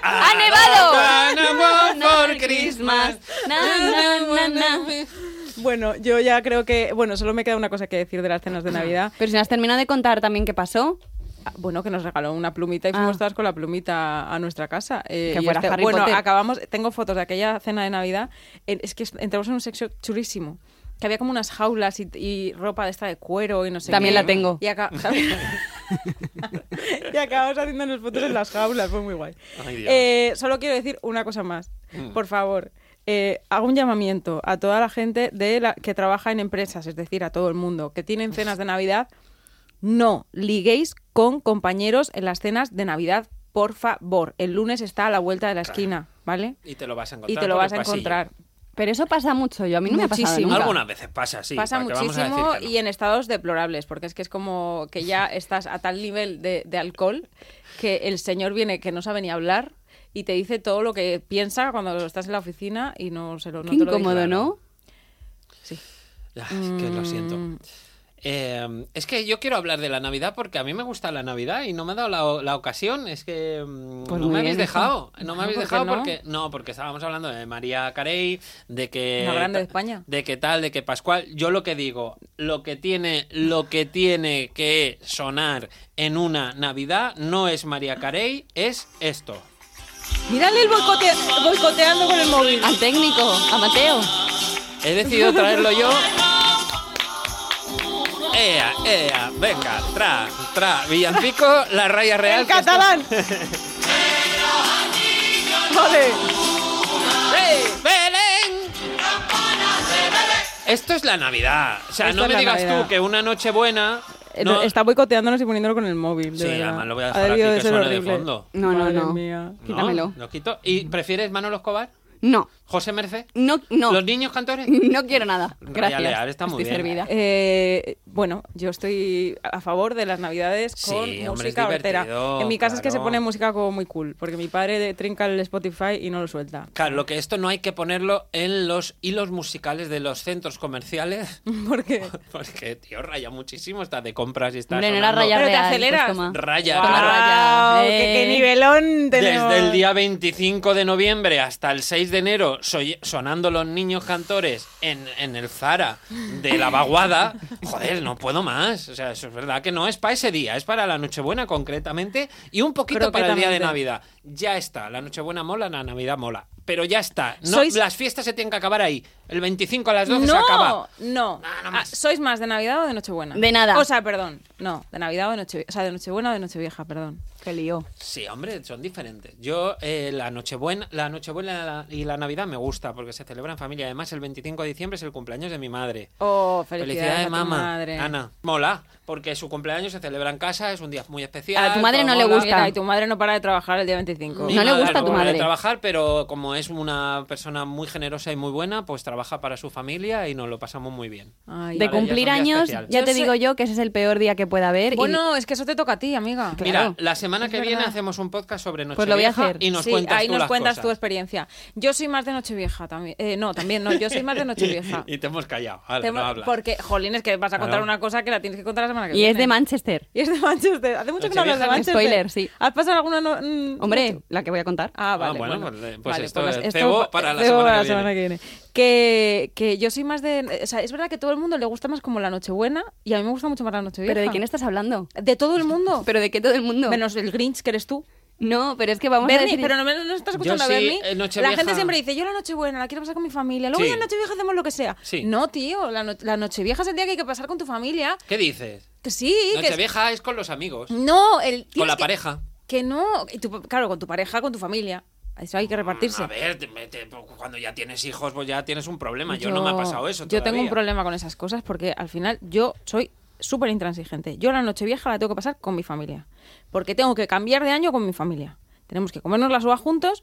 [SPEAKER 3] ¡Ha nevado!
[SPEAKER 2] Another for Christmas.
[SPEAKER 3] Na, na, na, na.
[SPEAKER 1] Bueno, yo ya creo que. Bueno, solo me queda una cosa que decir de las cenas de Navidad.
[SPEAKER 3] Pero si no has terminado de contar también qué pasó.
[SPEAKER 1] Ah, Bueno, que nos regaló una plumita y
[SPEAKER 3] Ah.
[SPEAKER 1] fuimos todas con la plumita a nuestra casa. eh,
[SPEAKER 3] Que
[SPEAKER 1] y
[SPEAKER 3] fuera Harry
[SPEAKER 1] bueno,
[SPEAKER 3] Potter.
[SPEAKER 1] acabamos, tengo fotos de aquella cena de Navidad. En- Es que es- entramos en un sexo chulísimo. Que había como unas jaulas y, y ropa de esta de cuero y no sé
[SPEAKER 3] También
[SPEAKER 1] qué.
[SPEAKER 3] la tengo.
[SPEAKER 1] Y, aca- y acabamos haciéndonos fotos en las jaulas, fue muy guay.
[SPEAKER 2] Ay, Dios.
[SPEAKER 1] Eh, solo quiero decir una cosa más.
[SPEAKER 2] Mm.
[SPEAKER 1] Por favor, eh, hago un llamamiento a toda la gente de la, que trabaja en empresas, es decir, a todo el mundo, que tienen cenas de Navidad. No liguéis con compañeros en las cenas de Navidad, por favor. El lunes está a la vuelta de la esquina, ¿vale?
[SPEAKER 2] Y te lo vas a encontrar.
[SPEAKER 1] Y te lo
[SPEAKER 2] por el
[SPEAKER 1] vas a
[SPEAKER 2] pasillo.
[SPEAKER 1] encontrar.
[SPEAKER 3] Pero eso pasa mucho, yo a mí no me ha pasado
[SPEAKER 1] Muchísimo.
[SPEAKER 3] nunca.
[SPEAKER 2] Algunas veces pasa, sí.
[SPEAKER 1] Pasa
[SPEAKER 2] ¿para qué vamos a decir
[SPEAKER 1] muchísimo
[SPEAKER 2] que no?
[SPEAKER 1] y en estados deplorables, porque es que es como que ya estás a tal nivel de, de alcohol que el señor viene que no sabe ni hablar y te dice todo lo que piensa cuando estás en la oficina y no se lo no
[SPEAKER 3] Qué
[SPEAKER 1] te lo dice.
[SPEAKER 3] incómodo, ¿no?
[SPEAKER 1] Sí.
[SPEAKER 2] Ya, Ah, es que lo siento.
[SPEAKER 1] Mm.
[SPEAKER 2] Eh, es que yo quiero hablar de la Navidad porque a mí me gusta la Navidad y no me ha dado la, o- la ocasión. Es que mm,
[SPEAKER 3] Pues
[SPEAKER 2] no
[SPEAKER 3] muy
[SPEAKER 2] me habéis
[SPEAKER 3] bien, hijo.
[SPEAKER 2] dejado. No me
[SPEAKER 1] No,
[SPEAKER 2] habéis
[SPEAKER 1] ¿por qué
[SPEAKER 2] dejado
[SPEAKER 1] no?
[SPEAKER 2] porque. No, porque estábamos hablando de María Carey, de que.
[SPEAKER 1] Una grande de España.
[SPEAKER 2] De que tal, de que Pascual. Yo lo que digo, lo que tiene, lo que tiene que sonar en una Navidad no es María Carey, es esto.
[SPEAKER 1] Mírale el boicote- boicoteando con el móvil.
[SPEAKER 3] Al técnico, a Mateo.
[SPEAKER 2] He decidido traerlo yo. Ea, ea, venga, tra, tra, villancico, la raya real.
[SPEAKER 1] ¡En
[SPEAKER 2] que está-
[SPEAKER 1] catalán! ¡Vale!
[SPEAKER 2] ¡Ey, Belén! Esto es la Navidad. O sea,
[SPEAKER 1] Esto
[SPEAKER 2] no
[SPEAKER 1] es
[SPEAKER 2] me
[SPEAKER 1] la
[SPEAKER 2] digas tú
[SPEAKER 1] Navidad.
[SPEAKER 2] que una noche buena.
[SPEAKER 1] Eh,
[SPEAKER 2] no-
[SPEAKER 1] Está boicoteándonos y poniéndolo con el móvil. de
[SPEAKER 2] Sí,
[SPEAKER 1] verdad.
[SPEAKER 2] además lo voy a
[SPEAKER 1] Ha
[SPEAKER 2] dejar aquí
[SPEAKER 1] debido
[SPEAKER 2] que
[SPEAKER 1] ser
[SPEAKER 2] suene de
[SPEAKER 1] horrible.
[SPEAKER 2] fondo.
[SPEAKER 3] No, no,
[SPEAKER 1] Madre
[SPEAKER 3] no.
[SPEAKER 1] mía.
[SPEAKER 2] No,
[SPEAKER 3] Quítamelo.
[SPEAKER 2] lo quito. ¿Y prefieres Manolo Escobar?
[SPEAKER 3] No,
[SPEAKER 2] ¿José Merced?
[SPEAKER 3] no, no.
[SPEAKER 2] ¿Los niños cantores?
[SPEAKER 3] No quiero nada.
[SPEAKER 2] Raya
[SPEAKER 3] Gracias.
[SPEAKER 2] Leal está muy
[SPEAKER 3] Estoy
[SPEAKER 2] bien.
[SPEAKER 3] servida.
[SPEAKER 1] Eh, bueno, yo estoy a favor de las navidades
[SPEAKER 2] Sí,
[SPEAKER 1] con
[SPEAKER 2] hombre,
[SPEAKER 1] música
[SPEAKER 2] es divertido,
[SPEAKER 1] hortera. En mi casa es que se
[SPEAKER 2] claro.
[SPEAKER 1] pone música como muy cool, porque mi padre de- trinca el Spotify y no lo suelta.
[SPEAKER 2] Claro, lo que esto no hay que ponerlo en los hilos musicales de los centros comerciales.
[SPEAKER 1] Porque
[SPEAKER 2] Porque, tío, raya muchísimo. Está de compras y está.
[SPEAKER 3] Hombre, no era
[SPEAKER 2] sonando.
[SPEAKER 3] raya
[SPEAKER 1] Pero te
[SPEAKER 3] real. pues
[SPEAKER 1] aceleras.
[SPEAKER 3] toma.
[SPEAKER 2] Raya.
[SPEAKER 3] Toma,
[SPEAKER 2] Guau,
[SPEAKER 3] raya.
[SPEAKER 1] ¡Guau! ¡Qué, qué
[SPEAKER 3] Eh.
[SPEAKER 1] nivelón tenemos!
[SPEAKER 2] Ah. Desde el día 25 de noviembre hasta el 6 de enero soy- sonando los niños cantores en, en el Zara de la vaguada. Joder, no puedo más. O sea, eso es verdad que no es para ese día, es para la Nochebuena concretamente y un poquito para el día de
[SPEAKER 1] Croquetamente.
[SPEAKER 2] Navidad. Ya está, la Nochebuena mola, la Navidad mola. Pero ya está, no,
[SPEAKER 1] Sois-
[SPEAKER 2] las fiestas se tienen que acabar ahí. El 25 a las 12 se
[SPEAKER 1] No,
[SPEAKER 2] acaba.
[SPEAKER 1] no.
[SPEAKER 2] Nada
[SPEAKER 1] Ah,
[SPEAKER 2] más.
[SPEAKER 1] ¿Sois más de Navidad o de Nochebuena?
[SPEAKER 3] De nada.
[SPEAKER 1] O sea, perdón. No, de Navidad o de Nochebuena. O sea, de Nochebuena o de Nochevieja, perdón.
[SPEAKER 3] Qué lío.
[SPEAKER 2] Sí, hombre, son diferentes. Yo, eh, la Nochebuena, la Nochebuena y la Navidad me gusta porque se celebra en familia. Además, el 25 de diciembre es el cumpleaños de mi madre.
[SPEAKER 1] Oh,
[SPEAKER 2] Felicidades,
[SPEAKER 1] felicidades, a tu
[SPEAKER 2] mamá.
[SPEAKER 1] madre.
[SPEAKER 2] Ana. Mola, porque su cumpleaños se celebra en casa, es un día muy especial.
[SPEAKER 3] A tu madre
[SPEAKER 2] todo
[SPEAKER 3] no le
[SPEAKER 2] mola.
[SPEAKER 3] gusta.
[SPEAKER 1] Mira, y tu madre no para de trabajar el día 25.
[SPEAKER 2] Mi
[SPEAKER 3] No le
[SPEAKER 2] madre
[SPEAKER 3] gusta a tu
[SPEAKER 2] para de
[SPEAKER 3] madre.
[SPEAKER 2] trabajar, pero como es una persona muy generosa y muy buena, pues trabaja para su familia y nos lo pasamos muy bien.
[SPEAKER 1] Ay,
[SPEAKER 2] Ahora ya
[SPEAKER 3] De
[SPEAKER 2] es un
[SPEAKER 3] cumplir
[SPEAKER 2] día
[SPEAKER 3] años,
[SPEAKER 2] especial.
[SPEAKER 3] ya
[SPEAKER 1] Yo
[SPEAKER 3] te
[SPEAKER 1] sé-
[SPEAKER 3] digo yo que ese es el peor día que pueda haber. y-
[SPEAKER 1] Bueno, es que eso te toca a ti, amiga.
[SPEAKER 3] Claro.
[SPEAKER 2] Mira, la semana que viene hacemos un podcast sobre Nochevieja
[SPEAKER 3] Pues lo voy a hacer.
[SPEAKER 2] y nos
[SPEAKER 1] Sí,
[SPEAKER 2] cuentas
[SPEAKER 1] ahí
[SPEAKER 2] tú
[SPEAKER 1] nos
[SPEAKER 2] las
[SPEAKER 1] cuentas tu
[SPEAKER 2] cosas.
[SPEAKER 1] experiencia. Yo soy más de Nochevieja también. Eh, no, también no, yo soy más de Nochevieja.
[SPEAKER 2] y te hemos callado. Ala,
[SPEAKER 1] Te-
[SPEAKER 2] no hablas.
[SPEAKER 1] porque, jolín, es que vas a contar
[SPEAKER 2] Claro.
[SPEAKER 1] una cosa que la tienes que contar la semana que
[SPEAKER 3] y
[SPEAKER 1] viene.
[SPEAKER 3] es de Manchester.
[SPEAKER 1] Y es de Manchester. Hace mucho que no hablas de
[SPEAKER 2] Nochevieja.
[SPEAKER 1] Manchester.
[SPEAKER 3] Spoiler, sí.
[SPEAKER 1] ¿Has pasado alguna... no- mm,
[SPEAKER 3] Hombre, la que voy a contar.
[SPEAKER 1] Ah, vale.
[SPEAKER 2] bueno,
[SPEAKER 1] bueno.
[SPEAKER 2] pues, eh, pues
[SPEAKER 1] Vale,
[SPEAKER 2] esto
[SPEAKER 1] pues
[SPEAKER 2] es cebo para la semana que viene.
[SPEAKER 1] viene. Que, que yo soy más de... O sea, es verdad que todo el mundo le gusta más como la Nochebuena y a mí me gusta mucho más la Nochevieja.
[SPEAKER 3] ¿Pero de quién estás hablando?
[SPEAKER 1] De todo el mundo.
[SPEAKER 3] ¿Pero de qué todo el mundo?
[SPEAKER 1] Menos el Grinch, que eres tú.
[SPEAKER 3] No, pero es que vamos a
[SPEAKER 1] Bernie,
[SPEAKER 3] decir...
[SPEAKER 1] pero no, me- no estás escuchando
[SPEAKER 2] sí,
[SPEAKER 1] a Bernie.
[SPEAKER 2] eh,
[SPEAKER 1] la
[SPEAKER 2] Nochevieja.
[SPEAKER 1] gente siempre dice, yo la Nochebuena la quiero pasar con mi familia, luego
[SPEAKER 2] Sí.
[SPEAKER 1] ya en Nochevieja hacemos lo que sea.
[SPEAKER 2] Sí.
[SPEAKER 1] No, tío, la, no- la Nochevieja es el día que hay que pasar con tu familia.
[SPEAKER 2] ¿Qué dices?
[SPEAKER 1] Que sí, que es-
[SPEAKER 2] Nochevieja es con los amigos,
[SPEAKER 1] No, el
[SPEAKER 2] con
[SPEAKER 1] tienes
[SPEAKER 2] la
[SPEAKER 1] que-
[SPEAKER 2] pareja.
[SPEAKER 1] Que no, y tu- claro, con tu pareja, con tu familia. Eso hay que repartirse.
[SPEAKER 2] Ah, A ver, te- te- cuando ya tienes hijos, pues ya tienes un problema. Yo, no me ha pasado eso.
[SPEAKER 1] Yo tengo un
[SPEAKER 2] todavía.
[SPEAKER 1] problema con esas cosas porque al final yo soy súper intransigente. Yo la noche vieja la tengo que pasar con mi familia. Porque tengo que cambiar de año con mi familia. Tenemos que comernos las uvas juntos.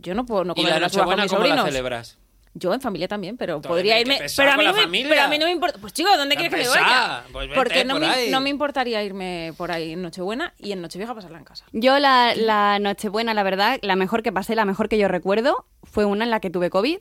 [SPEAKER 1] Yo no puedo no
[SPEAKER 2] ¿Y
[SPEAKER 1] comer
[SPEAKER 2] la
[SPEAKER 1] las uvas con
[SPEAKER 2] Nochebuena
[SPEAKER 1] mis
[SPEAKER 2] cómo la
[SPEAKER 1] sobrinos.
[SPEAKER 2] celebras?
[SPEAKER 1] Yo en familia también, pero
[SPEAKER 2] Entonces,
[SPEAKER 1] podría
[SPEAKER 2] hay que
[SPEAKER 1] irme.
[SPEAKER 2] pesar
[SPEAKER 1] Pero a,
[SPEAKER 2] con
[SPEAKER 1] mí
[SPEAKER 2] la
[SPEAKER 1] no me,
[SPEAKER 2] familia.
[SPEAKER 1] pero a mí no me importa. Pues chico, ¿dónde
[SPEAKER 2] Tan
[SPEAKER 1] quieres que me
[SPEAKER 2] pesada.
[SPEAKER 1] vaya?
[SPEAKER 2] Pues vete
[SPEAKER 1] Porque no
[SPEAKER 2] por
[SPEAKER 1] me,
[SPEAKER 2] ahí.
[SPEAKER 1] no me importaría irme por ahí en Nochebuena y en Nochevieja pasarla en casa.
[SPEAKER 3] Yo la, la Nochebuena, la verdad, la mejor que pasé, la mejor que yo recuerdo, fue una en la que tuve COVID.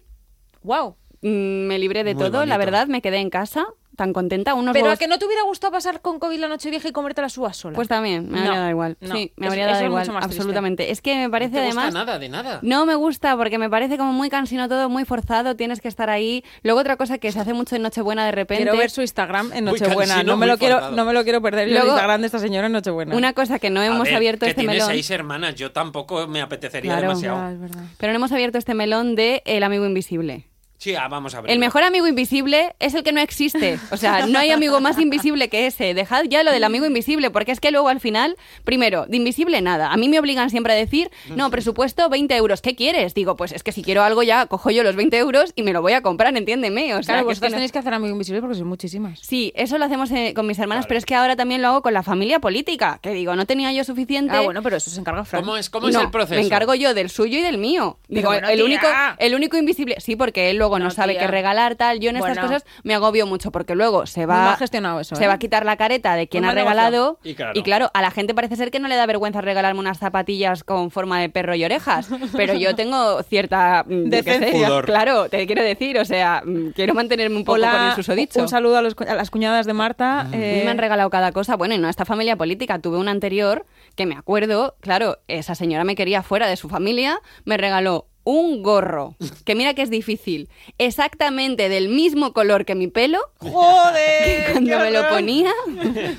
[SPEAKER 1] ¡Wow!
[SPEAKER 3] Mm, Me libré de
[SPEAKER 2] Muy
[SPEAKER 3] todo, la
[SPEAKER 2] bonito.
[SPEAKER 3] verdad, me quedé en casa, tan contenta. Unos
[SPEAKER 1] Pero a
[SPEAKER 3] huevos-
[SPEAKER 1] que no te hubiera gustado pasar con COVID la Nochevieja y comerte las uvas sola.
[SPEAKER 3] Pues también, me habría
[SPEAKER 1] No,
[SPEAKER 3] dado igual.
[SPEAKER 1] no.
[SPEAKER 3] Sí, me
[SPEAKER 1] Eso-
[SPEAKER 3] habría
[SPEAKER 1] eso
[SPEAKER 3] dado
[SPEAKER 1] es mucho
[SPEAKER 3] igual,
[SPEAKER 1] más triste.
[SPEAKER 3] absolutamente. Es que me parece
[SPEAKER 2] no te
[SPEAKER 3] además...
[SPEAKER 2] gusta nada, de nada.
[SPEAKER 3] No me gusta porque me parece como muy cansino todo, muy forzado, tienes que estar ahí. Luego otra cosa que se hace mucho en Nochebuena de repente,
[SPEAKER 1] Quiero ver su Instagram en
[SPEAKER 2] Muy
[SPEAKER 1] Nochebuena.
[SPEAKER 2] cansino,
[SPEAKER 1] No me,
[SPEAKER 2] muy
[SPEAKER 1] lo quiero,
[SPEAKER 2] forzado.
[SPEAKER 1] no me lo quiero perder. Yo el
[SPEAKER 3] Luego-
[SPEAKER 1] Instagram de esta señora en Nochebuena.
[SPEAKER 3] una cosa que no
[SPEAKER 2] A
[SPEAKER 3] hemos
[SPEAKER 2] ver,
[SPEAKER 3] abierto
[SPEAKER 2] que
[SPEAKER 3] este
[SPEAKER 2] tiene
[SPEAKER 3] melón.
[SPEAKER 2] seis hermanas, yo tampoco me apetecería
[SPEAKER 3] Claro.
[SPEAKER 2] demasiado.
[SPEAKER 1] Ya, es verdad.
[SPEAKER 3] Pero no hemos abierto este melón de El amigo invisible.
[SPEAKER 2] Sí, ah, vamos a ver.
[SPEAKER 3] El mejor amigo invisible es el que no existe. O sea, no hay amigo más invisible que ese. Dejad ya lo del amigo invisible, porque es que luego al final, primero, de invisible nada. A mí me obligan siempre a decir, no, presupuesto 20 euros, ¿qué quieres? Digo, pues es que si quiero algo ya cojo yo los 20 euros y me lo voy a comprar, entiéndeme. O sea,
[SPEAKER 1] Claro, pues
[SPEAKER 3] que es que
[SPEAKER 1] vosotras
[SPEAKER 3] no-
[SPEAKER 1] tenéis que hacer amigo invisible porque sois muchísimas.
[SPEAKER 3] Sí, eso lo hacemos eh, con mis hermanas,
[SPEAKER 2] Claro.
[SPEAKER 3] pero es que ahora también lo hago con la familia política, que digo, no tenía yo suficiente.
[SPEAKER 1] Ah, bueno, pero eso se encarga Fran.
[SPEAKER 2] ¿Cómo es, cómo es
[SPEAKER 3] No,
[SPEAKER 2] el proceso?
[SPEAKER 3] Me encargo yo del suyo y del mío. Digo,
[SPEAKER 1] bueno,
[SPEAKER 3] el
[SPEAKER 1] tía.
[SPEAKER 3] único el único invisible, sí, porque él luego luego no,
[SPEAKER 1] No,
[SPEAKER 3] sabe
[SPEAKER 1] tía.
[SPEAKER 3] qué regalar, tal. Yo en estas
[SPEAKER 1] Bueno.
[SPEAKER 3] cosas me agobio mucho porque luego se
[SPEAKER 1] Muy
[SPEAKER 3] va,
[SPEAKER 1] mal gestionado eso,
[SPEAKER 3] se
[SPEAKER 1] ¿eh?
[SPEAKER 3] va a quitar la careta de quien
[SPEAKER 1] Muy mal
[SPEAKER 3] ha
[SPEAKER 1] negocio.
[SPEAKER 3] regalado.
[SPEAKER 2] Y claro.
[SPEAKER 3] a la gente parece ser que no le da vergüenza regalarme unas zapatillas con forma de perro y orejas, pero yo tengo cierta mm, yo qué sé,
[SPEAKER 1] Decencia.
[SPEAKER 2] Pudor.
[SPEAKER 3] Claro, te quiero decir, o sea, mm, quiero mantenerme un poco
[SPEAKER 1] Hola,
[SPEAKER 3] con el susodicho.
[SPEAKER 1] Un saludo a, los cu- a las cuñadas de
[SPEAKER 2] Ah.
[SPEAKER 1] Marta.
[SPEAKER 3] A
[SPEAKER 1] eh,
[SPEAKER 3] mí me han regalado cada cosa. Bueno, y no a esta familia política. Tuve una anterior que me acuerdo, claro, esa señora me quería fuera de su familia, me regaló un gorro, que mira que es difícil, exactamente del mismo color que mi pelo.
[SPEAKER 1] ¡Joder!
[SPEAKER 3] Cuando
[SPEAKER 1] qué
[SPEAKER 3] me lo
[SPEAKER 1] horror!
[SPEAKER 3] ponía,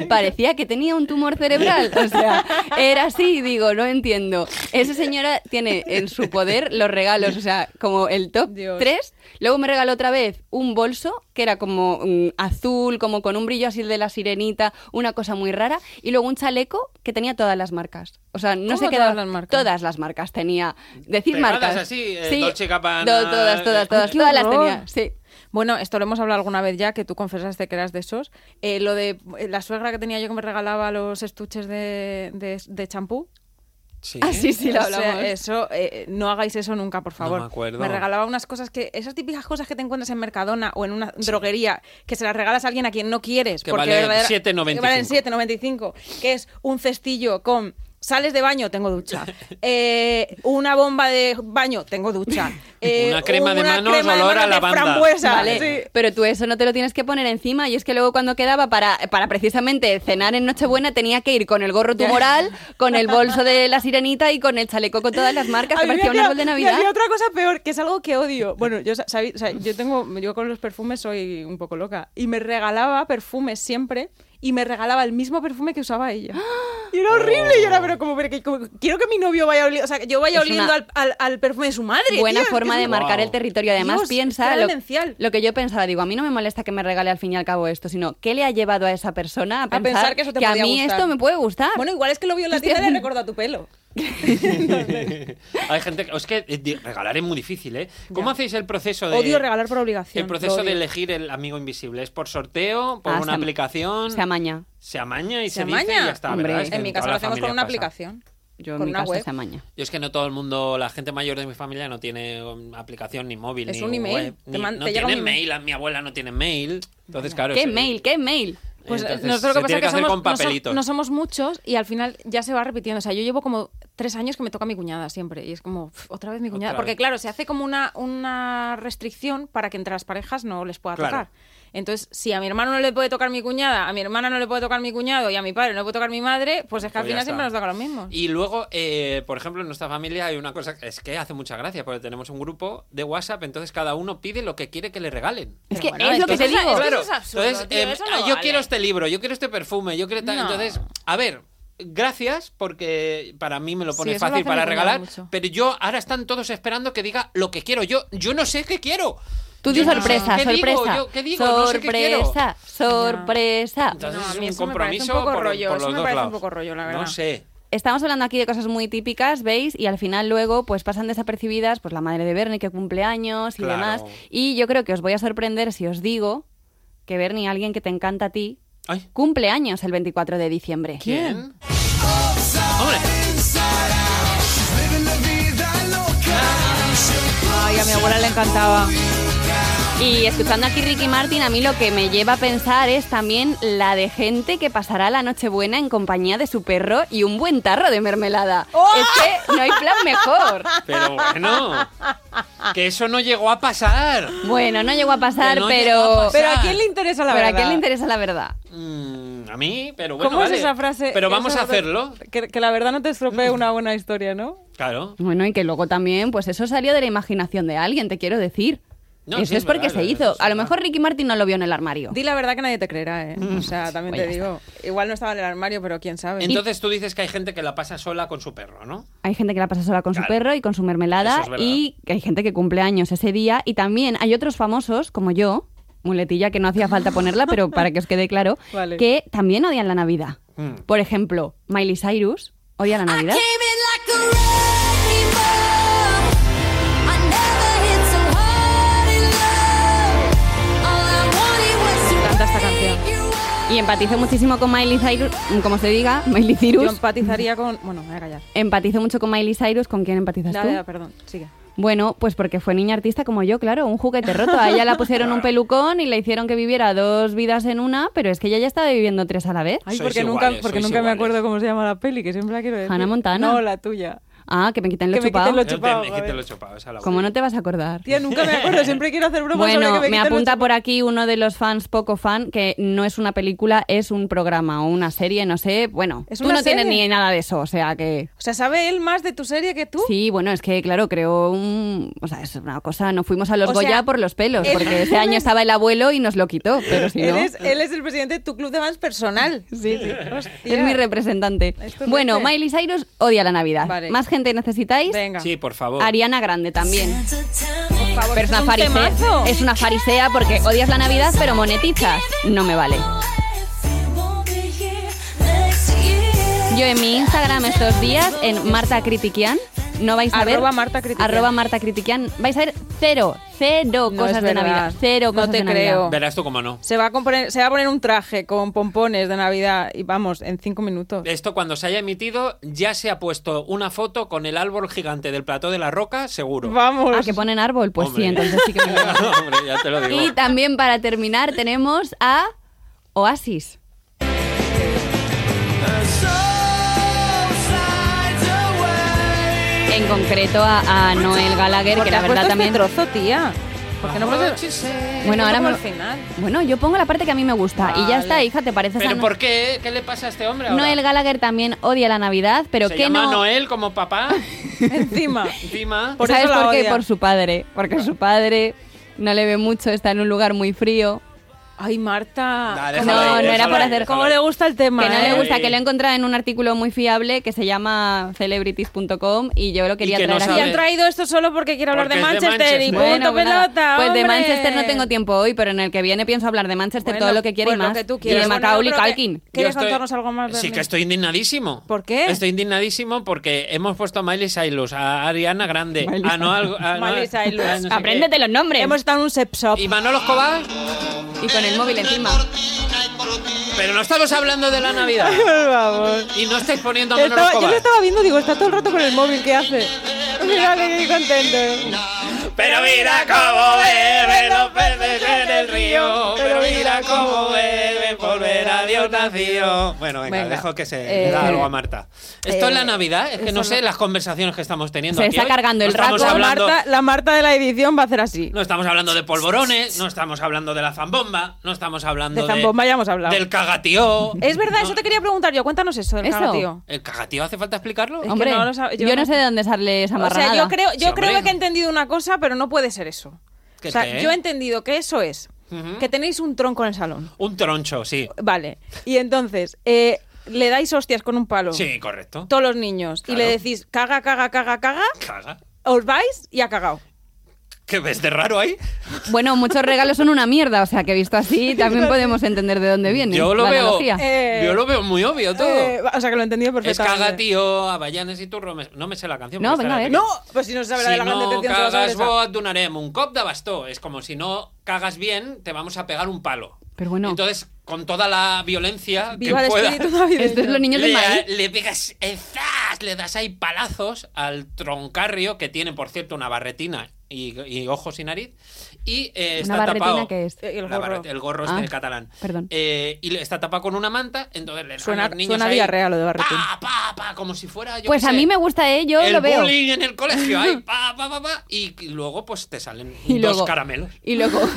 [SPEAKER 3] parecía que tenía un tumor cerebral. O sea, era así, digo, no entiendo. Esa señora tiene en su poder los regalos, o sea, como el top
[SPEAKER 1] Dios.
[SPEAKER 3] 3. Luego me regaló otra vez un bolso que era como mm, azul, como con un brillo así de la sirenita, una cosa muy rara. Y luego un chaleco que tenía todas las marcas. O sea, no
[SPEAKER 1] ¿Cómo
[SPEAKER 3] se
[SPEAKER 1] todas
[SPEAKER 3] quedaba.
[SPEAKER 1] las marcas?
[SPEAKER 3] Todas las marcas tenía. Decir
[SPEAKER 2] Pegadas
[SPEAKER 3] marcas.
[SPEAKER 2] así, eh, Dolce Gabbana,
[SPEAKER 3] to- todas,
[SPEAKER 2] eh,
[SPEAKER 3] todas, todas.
[SPEAKER 1] ¡Qué
[SPEAKER 3] Todas las
[SPEAKER 1] horror!
[SPEAKER 3] tenía. Sí.
[SPEAKER 1] Bueno, esto lo hemos hablado alguna vez ya, que tú confesaste que eras de esos. Eh, lo de eh, la suegra que tenía yo que me regalaba los estuches de, de- de champú.
[SPEAKER 2] Sí.
[SPEAKER 3] Ah, sí, sí, lo
[SPEAKER 1] O sea,
[SPEAKER 3] hablamos.
[SPEAKER 1] eso, eh, no hagáis eso nunca, por favor.
[SPEAKER 2] me acuerdo.
[SPEAKER 1] regalaba unas cosas que, esas típicas cosas que te encuentras en Mercadona o en una droguería, que se las regalas a alguien a quien no quieres.
[SPEAKER 2] Que
[SPEAKER 1] porque
[SPEAKER 2] valen
[SPEAKER 1] verdadera-
[SPEAKER 2] 7,95.
[SPEAKER 1] Que valen 7,95. Que es un cestillo con sales de baño, tengo ducha. Eh, una bomba de baño, tengo ducha. Eh,
[SPEAKER 2] Una crema de manos,
[SPEAKER 1] crema de
[SPEAKER 2] olor
[SPEAKER 1] manos
[SPEAKER 2] a
[SPEAKER 1] de
[SPEAKER 2] lavanda.
[SPEAKER 1] frambuesa.
[SPEAKER 3] Vale,
[SPEAKER 1] Sí.
[SPEAKER 3] pero tú eso no te lo tienes que poner encima. Y es que luego cuando quedaba para, para precisamente cenar en Nochebuena tenía que ir con el gorro tumoral, con el bolso de la sirenita y con el chaleco con todas las marcas.
[SPEAKER 1] A
[SPEAKER 3] Te
[SPEAKER 1] mí me
[SPEAKER 3] parecía un
[SPEAKER 1] hacía-
[SPEAKER 3] árbol de
[SPEAKER 1] me
[SPEAKER 3] Navidad.
[SPEAKER 1] hacía otra cosa peor, que es algo que odio. Bueno, yo, sa- sabí- o sea, yo tengo, yo con los perfumes soy un poco loca. Y me regalaba perfumes siempre. Y me regalaba el mismo perfume que usaba ella. Y era horrible. Y yo era, pero como, pero que- como- quiero que mi novio vaya oliendo. O sea, que yo vaya
[SPEAKER 3] Es
[SPEAKER 1] oliendo
[SPEAKER 3] una
[SPEAKER 1] al, al- al perfume de su madre.
[SPEAKER 3] Buena
[SPEAKER 1] tío, es que
[SPEAKER 3] forma
[SPEAKER 1] es
[SPEAKER 3] de
[SPEAKER 1] un-
[SPEAKER 3] marcar
[SPEAKER 2] Guau.
[SPEAKER 3] el territorio. Además,
[SPEAKER 1] Dios,
[SPEAKER 3] piensa
[SPEAKER 1] era
[SPEAKER 3] lo,
[SPEAKER 1] demencial.
[SPEAKER 3] lo que yo pensaba. Digo, a mí no me molesta que me regale al fin y al cabo esto, sino ¿qué le ha llevado a esa persona a
[SPEAKER 1] pensar
[SPEAKER 3] pensar,
[SPEAKER 1] que eso te
[SPEAKER 3] a
[SPEAKER 1] podía
[SPEAKER 3] mí
[SPEAKER 1] gustar?
[SPEAKER 3] esto me puede gustar?
[SPEAKER 1] Ah, Bueno, igual es que lo vio en la
[SPEAKER 3] Estoy
[SPEAKER 1] tienda y le
[SPEAKER 3] haciendo-
[SPEAKER 1] recordó tu pelo.
[SPEAKER 2] Hay gente que. Es que eh, di- regalar es muy difícil, ¿eh? ¿Cómo
[SPEAKER 1] Ya.
[SPEAKER 2] hacéis el proceso de.
[SPEAKER 1] Odio regalar por obligación.
[SPEAKER 2] Eh, El proceso
[SPEAKER 1] lo
[SPEAKER 2] de
[SPEAKER 1] odio.
[SPEAKER 2] elegir el amigo invisible. ¿Es por sorteo? ¿Por
[SPEAKER 3] Ah, se
[SPEAKER 2] una
[SPEAKER 3] ama-
[SPEAKER 2] aplicación?
[SPEAKER 3] Se amaña.
[SPEAKER 2] Se amaña y se,
[SPEAKER 1] Se
[SPEAKER 2] dice y ya
[SPEAKER 1] amaña.
[SPEAKER 2] está,
[SPEAKER 3] Hombre.
[SPEAKER 2] ¿verdad? Es que
[SPEAKER 1] En mi
[SPEAKER 2] toda
[SPEAKER 1] casa lo
[SPEAKER 2] la
[SPEAKER 1] hacemos con
[SPEAKER 2] familia
[SPEAKER 1] una
[SPEAKER 2] pasa.
[SPEAKER 1] aplicación.
[SPEAKER 3] Yo en
[SPEAKER 1] con
[SPEAKER 3] mi
[SPEAKER 1] una
[SPEAKER 3] casa
[SPEAKER 1] web.
[SPEAKER 3] se amaña.
[SPEAKER 2] Yo es que no todo el mundo, la gente mayor de mi familia no tiene um, aplicación ni móvil.
[SPEAKER 1] Es
[SPEAKER 2] ni
[SPEAKER 1] un email.
[SPEAKER 2] web,
[SPEAKER 1] Te
[SPEAKER 2] ni-
[SPEAKER 1] man-
[SPEAKER 2] no
[SPEAKER 1] te llega
[SPEAKER 2] tiene
[SPEAKER 1] un email.
[SPEAKER 2] mail, a- mi abuela no tiene mail. Entonces, claro.
[SPEAKER 3] ¿Qué
[SPEAKER 2] se-
[SPEAKER 3] mail? ¿Qué mail?
[SPEAKER 1] Pues
[SPEAKER 2] Entonces,
[SPEAKER 1] nosotros lo
[SPEAKER 2] se
[SPEAKER 1] que pasa
[SPEAKER 2] tiene
[SPEAKER 1] es que,
[SPEAKER 2] hacer
[SPEAKER 1] somos,
[SPEAKER 2] con
[SPEAKER 1] no so-
[SPEAKER 2] papelitos.
[SPEAKER 1] no somos muchos y al final ya se va repitiendo. O sea, yo llevo como tres años que me toca mi cuñada siempre y es como "Uf, otra vez mi cuñada.
[SPEAKER 2] Otra
[SPEAKER 1] Porque
[SPEAKER 2] vez.
[SPEAKER 1] claro, se hace como una, una restricción para que entre las parejas no les pueda
[SPEAKER 2] Claro.
[SPEAKER 1] tocar. Entonces, si a mi hermano no le puede tocar mi cuñada, a mi hermana no le puede tocar mi cuñado y a mi padre no le puede tocar mi madre, pues es que al
[SPEAKER 2] Pues ya
[SPEAKER 1] final
[SPEAKER 2] está.
[SPEAKER 1] siempre nos toca lo mismo.
[SPEAKER 2] Y luego, eh, por ejemplo, en nuestra familia hay una cosa que es que hace mucha gracia, porque tenemos un grupo de WhatsApp, entonces cada uno pide lo que quiere que le regalen.
[SPEAKER 3] Es
[SPEAKER 1] Pero
[SPEAKER 3] que
[SPEAKER 1] bueno,
[SPEAKER 3] es lo que te
[SPEAKER 1] entonces-
[SPEAKER 3] digo.
[SPEAKER 1] es que eso es absurdo,
[SPEAKER 2] entonces,
[SPEAKER 1] tío,
[SPEAKER 2] em,
[SPEAKER 1] eso no
[SPEAKER 2] ah, yo
[SPEAKER 1] vale.
[SPEAKER 2] quiero este libro, yo quiero este perfume, yo quiero tal.
[SPEAKER 1] No.
[SPEAKER 2] Entonces, a ver, gracias porque para mí me lo
[SPEAKER 1] Sí,
[SPEAKER 2] pones
[SPEAKER 1] eso lo
[SPEAKER 2] fácil
[SPEAKER 1] hace
[SPEAKER 2] para
[SPEAKER 1] mi cuñado
[SPEAKER 2] regalar,
[SPEAKER 1] mucho.
[SPEAKER 2] pero yo ahora están todos esperando que diga lo que quiero. Yo yo no sé qué quiero.
[SPEAKER 3] Tú
[SPEAKER 2] Yo
[SPEAKER 3] di
[SPEAKER 2] no
[SPEAKER 3] sorpresa,
[SPEAKER 2] sé. ¿Qué digo?
[SPEAKER 3] sorpresa.
[SPEAKER 2] Yo- ¿Qué digo?
[SPEAKER 3] Sorpresa,
[SPEAKER 2] No sé qué quiero.
[SPEAKER 3] sorpresa.
[SPEAKER 2] Entonces
[SPEAKER 1] No, a
[SPEAKER 2] es
[SPEAKER 1] mí
[SPEAKER 2] un
[SPEAKER 1] eso me parece un
[SPEAKER 2] compromiso
[SPEAKER 1] poco
[SPEAKER 2] por,
[SPEAKER 1] rollo,
[SPEAKER 2] por
[SPEAKER 1] eso
[SPEAKER 2] los
[SPEAKER 1] me
[SPEAKER 2] dos
[SPEAKER 1] parece un
[SPEAKER 2] lados.
[SPEAKER 1] poco rollo, la
[SPEAKER 2] No
[SPEAKER 1] verdad.
[SPEAKER 2] sé.
[SPEAKER 3] Estamos hablando aquí de cosas muy típicas, ¿veis? Y al final luego pues pasan desapercibidas pues la madre de Bernie que cumple años y
[SPEAKER 2] Claro.
[SPEAKER 3] demás. Y yo creo que os voy a sorprender si os digo que Bernie, alguien que te encanta a ti,
[SPEAKER 2] Ay,
[SPEAKER 3] cumple años el 24 de diciembre.
[SPEAKER 2] ¿quién? Hombre,
[SPEAKER 1] Ay, a mi abuela le encantaba.
[SPEAKER 3] Y escuchando aquí Ricky Martin, a mí lo que me lleva a pensar es también la de gente que pasará la Nochebuena en compañía de su perro y un buen tarro de mermelada.
[SPEAKER 2] ¡Oh!
[SPEAKER 3] Es que no hay plan mejor.
[SPEAKER 2] pero bueno, que eso no llegó a pasar.
[SPEAKER 3] Bueno, no llegó a pasar,
[SPEAKER 2] Que no
[SPEAKER 3] pero.
[SPEAKER 2] llegó a pasar.
[SPEAKER 1] Pero a quién le interesa la
[SPEAKER 3] pero
[SPEAKER 1] verdad.
[SPEAKER 3] a quién le interesa la verdad.
[SPEAKER 2] Mm, a mí, pero bueno.
[SPEAKER 1] ¿Cómo
[SPEAKER 2] vale.
[SPEAKER 1] es esa frase?
[SPEAKER 2] Pero vamos
[SPEAKER 1] Esa
[SPEAKER 2] a
[SPEAKER 1] frase-
[SPEAKER 2] hacerlo.
[SPEAKER 1] Que, que la verdad no te estropee una buena historia, ¿no?
[SPEAKER 2] Claro.
[SPEAKER 3] Bueno, y que luego también, pues eso salió de la imaginación de alguien, te quiero decir.
[SPEAKER 2] No,
[SPEAKER 3] eso
[SPEAKER 2] sí,
[SPEAKER 3] es porque
[SPEAKER 2] verdad,
[SPEAKER 3] se
[SPEAKER 2] verdad,
[SPEAKER 3] hizo.
[SPEAKER 2] eso
[SPEAKER 3] A
[SPEAKER 2] es
[SPEAKER 3] lo
[SPEAKER 2] verdad.
[SPEAKER 3] mejor Ricky Martin no lo vio en el armario.
[SPEAKER 1] Di la verdad que nadie te creerá, ¿eh?
[SPEAKER 2] Mm.
[SPEAKER 1] O sea, también
[SPEAKER 3] Bueno,
[SPEAKER 1] te
[SPEAKER 3] ya
[SPEAKER 1] digo. Igual no estaba en el armario, pero quién sabe.
[SPEAKER 2] Pues Entonces tú dices que hay gente que la pasa sola con su perro, ¿no?
[SPEAKER 3] Hay gente que la pasa sola con
[SPEAKER 2] Claro.
[SPEAKER 3] su perro y con su mermelada
[SPEAKER 2] Eso es verdad.
[SPEAKER 3] y que hay gente que cumple años ese día y también hay otros famosos como yo, muletilla que no hacía falta ponerla, pero para que os quede claro,
[SPEAKER 1] Vale.
[SPEAKER 3] que también odian la Navidad.
[SPEAKER 2] Mm.
[SPEAKER 3] Por ejemplo, Miley Cyrus odia la Navidad.
[SPEAKER 1] Canta esta canción.
[SPEAKER 3] Y empatizo muchísimo con Miley Cyrus, como se diga, Miley
[SPEAKER 1] Yo
[SPEAKER 3] Cyrus.
[SPEAKER 1] empatizaría con. Bueno, me voy a callar.
[SPEAKER 3] Empatizo mucho con Miley Cyrus, ¿con quién empatizas
[SPEAKER 1] Ya,
[SPEAKER 3] tú?
[SPEAKER 1] ya, perdón, sigue.
[SPEAKER 3] Bueno, pues porque fue niña artista como yo, claro, un juguete roto. A ella la pusieron un pelucón y le hicieron que viviera dos vidas en una, pero es que ella ya estaba viviendo tres a la vez.
[SPEAKER 1] Ay,
[SPEAKER 2] Sois
[SPEAKER 1] porque nunca,
[SPEAKER 2] iguales,
[SPEAKER 1] porque
[SPEAKER 2] sois
[SPEAKER 1] nunca me
[SPEAKER 2] iguales.
[SPEAKER 1] acuerdo cómo se llama la peli, que siempre la quiero decir.
[SPEAKER 3] Hannah Montana.
[SPEAKER 1] No, la tuya.
[SPEAKER 3] Ah, que me quiten lo
[SPEAKER 1] Que me quiten
[SPEAKER 3] chupado.
[SPEAKER 1] lo
[SPEAKER 2] Yo te-
[SPEAKER 1] chupado,
[SPEAKER 2] me
[SPEAKER 1] joder.
[SPEAKER 2] quité lo chupado, esa la
[SPEAKER 3] Como
[SPEAKER 2] última.
[SPEAKER 3] no te vas a acordar?
[SPEAKER 1] Tía, nunca me acuerdo, siempre quiero hacer bromas sobre
[SPEAKER 3] Bueno,
[SPEAKER 1] que me
[SPEAKER 3] me
[SPEAKER 1] quiten los
[SPEAKER 3] apunta
[SPEAKER 1] chupos.
[SPEAKER 3] por aquí uno de los fans poco fan que no es una película, es un programa o una serie, no sé. Bueno,
[SPEAKER 1] ¿Es
[SPEAKER 3] tú
[SPEAKER 1] una
[SPEAKER 3] no tienes
[SPEAKER 1] serie?
[SPEAKER 3] ni nada de eso, o sea que.
[SPEAKER 1] O sea, ¿sabe él más de tu serie que tú?
[SPEAKER 3] Sí, bueno, es que claro, creo un. O sea, es una cosa. No fuimos a los
[SPEAKER 1] O sea,
[SPEAKER 3] Goya por los pelos,
[SPEAKER 1] eres-
[SPEAKER 3] porque ese año estaba el abuelo y nos lo quitó, pero si no.
[SPEAKER 1] Él, es, él es el presidente de tu club de fans personal. Sí, sí.
[SPEAKER 3] Es mi representante.
[SPEAKER 1] Esto es
[SPEAKER 3] Bueno,
[SPEAKER 1] fuerte.
[SPEAKER 3] Miley Cyrus odia la Navidad.
[SPEAKER 1] Vale.
[SPEAKER 3] ¿Más gente necesitáis? Oh.
[SPEAKER 1] Venga.
[SPEAKER 2] Sí, por favor.
[SPEAKER 3] Ariana Grande también.
[SPEAKER 1] Por favor,
[SPEAKER 3] Pero es
[SPEAKER 1] esto es un
[SPEAKER 3] una,
[SPEAKER 1] temazo.
[SPEAKER 3] farisea, es una farisea porque odias la Navidad pero monetizas. No me vale. Yo en mi Instagram estos días, en Marta Critiquian, no vais a ver...
[SPEAKER 1] Arroba Marta Critiquian.
[SPEAKER 3] Arroba Marta Critiquian. Vais a ver cero, cero
[SPEAKER 1] No
[SPEAKER 3] cosas
[SPEAKER 1] es
[SPEAKER 3] de
[SPEAKER 1] verdad.
[SPEAKER 3] Navidad. Cero
[SPEAKER 1] No
[SPEAKER 3] cosas
[SPEAKER 1] te
[SPEAKER 3] de
[SPEAKER 1] creo.
[SPEAKER 2] Verás tú cómo no.
[SPEAKER 1] Se va, a componer- se va a poner un traje con pompones de Navidad y vamos, en cinco minutos.
[SPEAKER 2] Esto cuando se haya emitido ya se ha puesto una foto con el árbol gigante del plató de la roca, seguro.
[SPEAKER 1] Vamos.
[SPEAKER 3] Navidad. Ah, que ponen árbol, pues
[SPEAKER 2] Hombre.
[SPEAKER 3] sí, entonces sí que me lo vale.
[SPEAKER 2] Hombre, ya te lo digo.
[SPEAKER 3] Y también para terminar tenemos a Oasis. En concreto a, a Noel Gallagher, que
[SPEAKER 1] Porque
[SPEAKER 3] la
[SPEAKER 1] has puesto
[SPEAKER 3] verdad
[SPEAKER 1] este
[SPEAKER 3] también...
[SPEAKER 1] trozo, tía. Porque no puedes-
[SPEAKER 3] Bueno, ahora
[SPEAKER 1] Pongo
[SPEAKER 3] me-
[SPEAKER 1] el final.
[SPEAKER 3] Bueno, yo pongo la parte que a mí me gusta y ya
[SPEAKER 1] Vale.
[SPEAKER 3] está, hija, ¿te parece
[SPEAKER 2] ¿Pero
[SPEAKER 3] sano?
[SPEAKER 2] por qué? ¿Qué le pasa a este hombre ahora?
[SPEAKER 3] Noel Gallagher también odia la Navidad, pero
[SPEAKER 2] ¿Se
[SPEAKER 3] que
[SPEAKER 2] llama
[SPEAKER 3] no
[SPEAKER 2] Noel como papá?
[SPEAKER 1] Encima.
[SPEAKER 2] Encima.
[SPEAKER 1] Por
[SPEAKER 3] ¿Sabes
[SPEAKER 1] eso la
[SPEAKER 3] por qué?
[SPEAKER 1] odia.
[SPEAKER 3] Por su padre, porque su padre no le ve mucho, está en un lugar muy frío.
[SPEAKER 1] Ay, Marta.
[SPEAKER 2] Da,
[SPEAKER 1] ¿Cómo-
[SPEAKER 2] déjalo
[SPEAKER 3] No,
[SPEAKER 2] ahí,
[SPEAKER 3] no era
[SPEAKER 2] déjalo
[SPEAKER 3] por
[SPEAKER 2] ahí,
[SPEAKER 3] hacer-
[SPEAKER 2] déjalo
[SPEAKER 1] ¿Cómo
[SPEAKER 2] ahí.
[SPEAKER 1] le gusta el tema?
[SPEAKER 3] Que no
[SPEAKER 1] eh?
[SPEAKER 3] le gusta,
[SPEAKER 2] Ay.
[SPEAKER 3] que lo he encontrado en un artículo muy fiable que se llama celebrities.com y yo lo quería
[SPEAKER 2] que no
[SPEAKER 3] traer
[SPEAKER 1] Y
[SPEAKER 2] sabe.
[SPEAKER 3] aquí.
[SPEAKER 1] han traído esto solo porque quiero hablar
[SPEAKER 2] Porque
[SPEAKER 1] de
[SPEAKER 2] es de
[SPEAKER 1] Manchester, y
[SPEAKER 2] Manchester.
[SPEAKER 1] punto
[SPEAKER 3] Bueno, pues nada.
[SPEAKER 1] pelota.
[SPEAKER 3] pues de
[SPEAKER 1] hombre.
[SPEAKER 3] Manchester no tengo tiempo hoy, pero en el que viene pienso hablar de Manchester
[SPEAKER 1] Bueno,
[SPEAKER 3] todo lo que quiera
[SPEAKER 1] pues
[SPEAKER 3] y
[SPEAKER 1] lo
[SPEAKER 3] más.
[SPEAKER 1] que tú
[SPEAKER 3] y de
[SPEAKER 1] quieras. Bueno,
[SPEAKER 3] Macaulay
[SPEAKER 1] yo creo que-
[SPEAKER 3] Culkin.
[SPEAKER 1] ¿Querías
[SPEAKER 2] Yo estoy-
[SPEAKER 1] contarnos algo más,
[SPEAKER 2] Sí,
[SPEAKER 1] Bernie?
[SPEAKER 2] que estoy indignadísimo.
[SPEAKER 1] ¿Por qué?
[SPEAKER 2] Estoy indignadísimo porque hemos puesto a Miley Cyrus, a Ariana Grande,
[SPEAKER 3] Miley
[SPEAKER 2] a Noel... a Noel-
[SPEAKER 1] Miley Cyrus.
[SPEAKER 2] a no sé
[SPEAKER 3] Apréndete los nombres.
[SPEAKER 1] Hemos estado en un sex shop.
[SPEAKER 2] qué. ¿Y Manolo Escobar?
[SPEAKER 3] Y con el móvil encima.
[SPEAKER 2] Pero no estamos hablando de la Navidad.
[SPEAKER 1] Por favor.
[SPEAKER 2] Y no estáis poniendo a
[SPEAKER 1] Yo
[SPEAKER 2] Manolo
[SPEAKER 1] estaba- yo
[SPEAKER 2] Escobar.
[SPEAKER 1] lo estaba viendo, digo, está todo el rato con el móvil, ¿qué hace? Mira, qué contento. eh.
[SPEAKER 2] Pero mira cómo beben los peces en el río. Pero mira cómo beben por ver a Dios nacido. Bueno, venga,
[SPEAKER 1] Venga.
[SPEAKER 2] dejo que se
[SPEAKER 1] Eh,
[SPEAKER 2] le da algo a Marta. Esto
[SPEAKER 1] eh,
[SPEAKER 2] es la Navidad, es que no
[SPEAKER 1] eso
[SPEAKER 2] sé las conversaciones que estamos teniendo.
[SPEAKER 3] Se
[SPEAKER 2] aquí
[SPEAKER 3] está
[SPEAKER 2] hoy.
[SPEAKER 3] cargando el
[SPEAKER 2] no estamos
[SPEAKER 3] rato.
[SPEAKER 1] La
[SPEAKER 2] hablando,
[SPEAKER 1] Marta, la Marta de la edición va a hacer así.
[SPEAKER 2] No estamos hablando de polvorones, no estamos hablando de la zambomba, no estamos hablando
[SPEAKER 1] De zambomba ya hemos hablado.
[SPEAKER 2] del cagatío.
[SPEAKER 1] Es verdad,
[SPEAKER 2] No,
[SPEAKER 1] eso te quería preguntar yo. Cuéntanos eso del
[SPEAKER 3] ¿Eso?
[SPEAKER 1] cagatío.
[SPEAKER 2] ¿El cagatío hace falta explicarlo?
[SPEAKER 1] Es que
[SPEAKER 3] Hombre,
[SPEAKER 1] no lo sab- yo
[SPEAKER 3] yo, no
[SPEAKER 1] no-
[SPEAKER 3] sé de dónde sale esa
[SPEAKER 1] O
[SPEAKER 3] marranada.
[SPEAKER 1] sea, yo creo, yo
[SPEAKER 2] Sí,
[SPEAKER 1] creo
[SPEAKER 2] hombre.
[SPEAKER 1] que he entendido una cosa, pero no puede ser eso.
[SPEAKER 2] ¿Qué
[SPEAKER 1] O sea,
[SPEAKER 2] qué?
[SPEAKER 1] yo he entendido que eso es que tenéis un tronco en el salón.
[SPEAKER 2] Un troncho, sí.
[SPEAKER 1] Vale. Y entonces, eh, le dais hostias con un palo.
[SPEAKER 2] Sí, correcto.
[SPEAKER 1] Todos los niños. Y le
[SPEAKER 2] Claro.
[SPEAKER 1] decís, caga, caga, caga, caga.
[SPEAKER 2] Caga.
[SPEAKER 1] Os vais y ha cagado.
[SPEAKER 2] ¿Qué ves de raro ahí?
[SPEAKER 3] Bueno, muchos regalos son una mierda, o sea que visto así también podemos entender de dónde viene.
[SPEAKER 2] Yo lo
[SPEAKER 3] la
[SPEAKER 2] veo.
[SPEAKER 3] analogía.
[SPEAKER 1] Eh,
[SPEAKER 2] yo lo veo muy obvio todo.
[SPEAKER 1] Eh, o sea, que lo he entendido
[SPEAKER 2] es
[SPEAKER 1] perfectamente.
[SPEAKER 2] caga, tío, Avallanes y turrones. No me sé la canción.
[SPEAKER 3] No,
[SPEAKER 2] porque está
[SPEAKER 3] venga, a
[SPEAKER 2] en
[SPEAKER 3] ver.
[SPEAKER 2] la
[SPEAKER 1] No,
[SPEAKER 2] tele.
[SPEAKER 1] pues si no se sabe la
[SPEAKER 2] si
[SPEAKER 1] de la
[SPEAKER 2] no
[SPEAKER 1] grande atención, se va a saber
[SPEAKER 2] cagas
[SPEAKER 1] esa.
[SPEAKER 2] vos, et donarem un cop de bastó. Es como si no cagas bien, te vamos a pegar un palo.
[SPEAKER 3] Pero bueno.
[SPEAKER 2] Entonces, con toda la violencia
[SPEAKER 1] Viva
[SPEAKER 2] que
[SPEAKER 1] el
[SPEAKER 2] pueda,
[SPEAKER 1] espíritu navideño.
[SPEAKER 3] Esto es lo niños de
[SPEAKER 2] le,
[SPEAKER 3] Madrid.
[SPEAKER 2] le pegas, eh, ¡zas! le das ahí palazos al troncarrio que tiene, por cierto, una barretina y, y ojos y nariz. Y eh,
[SPEAKER 3] ¿Una
[SPEAKER 2] está
[SPEAKER 3] barretina
[SPEAKER 2] tapado.
[SPEAKER 3] qué es?
[SPEAKER 1] Eh, El
[SPEAKER 2] La
[SPEAKER 1] gorro.
[SPEAKER 2] barret- el gorro
[SPEAKER 3] Ah,
[SPEAKER 2] este catalán.
[SPEAKER 3] perdón.
[SPEAKER 2] Eh, y le- está tapado con una manta, entonces le dan
[SPEAKER 1] Suena-
[SPEAKER 2] a los niños
[SPEAKER 1] suena
[SPEAKER 2] ahí, Ah,
[SPEAKER 1] diarrea lo de barretín.
[SPEAKER 2] Pa, pa, pa, como si fuera. Yo
[SPEAKER 3] Pues
[SPEAKER 2] qué
[SPEAKER 3] a
[SPEAKER 2] sé,
[SPEAKER 3] mí me gusta, ¿eh? Yo
[SPEAKER 2] el
[SPEAKER 3] lo veo.
[SPEAKER 2] bullying en el colegio, ahí, pa, pa, pa, pa, y y luego pues te salen
[SPEAKER 3] Y
[SPEAKER 2] dos
[SPEAKER 3] luego-
[SPEAKER 2] caramelos.
[SPEAKER 3] Y luego,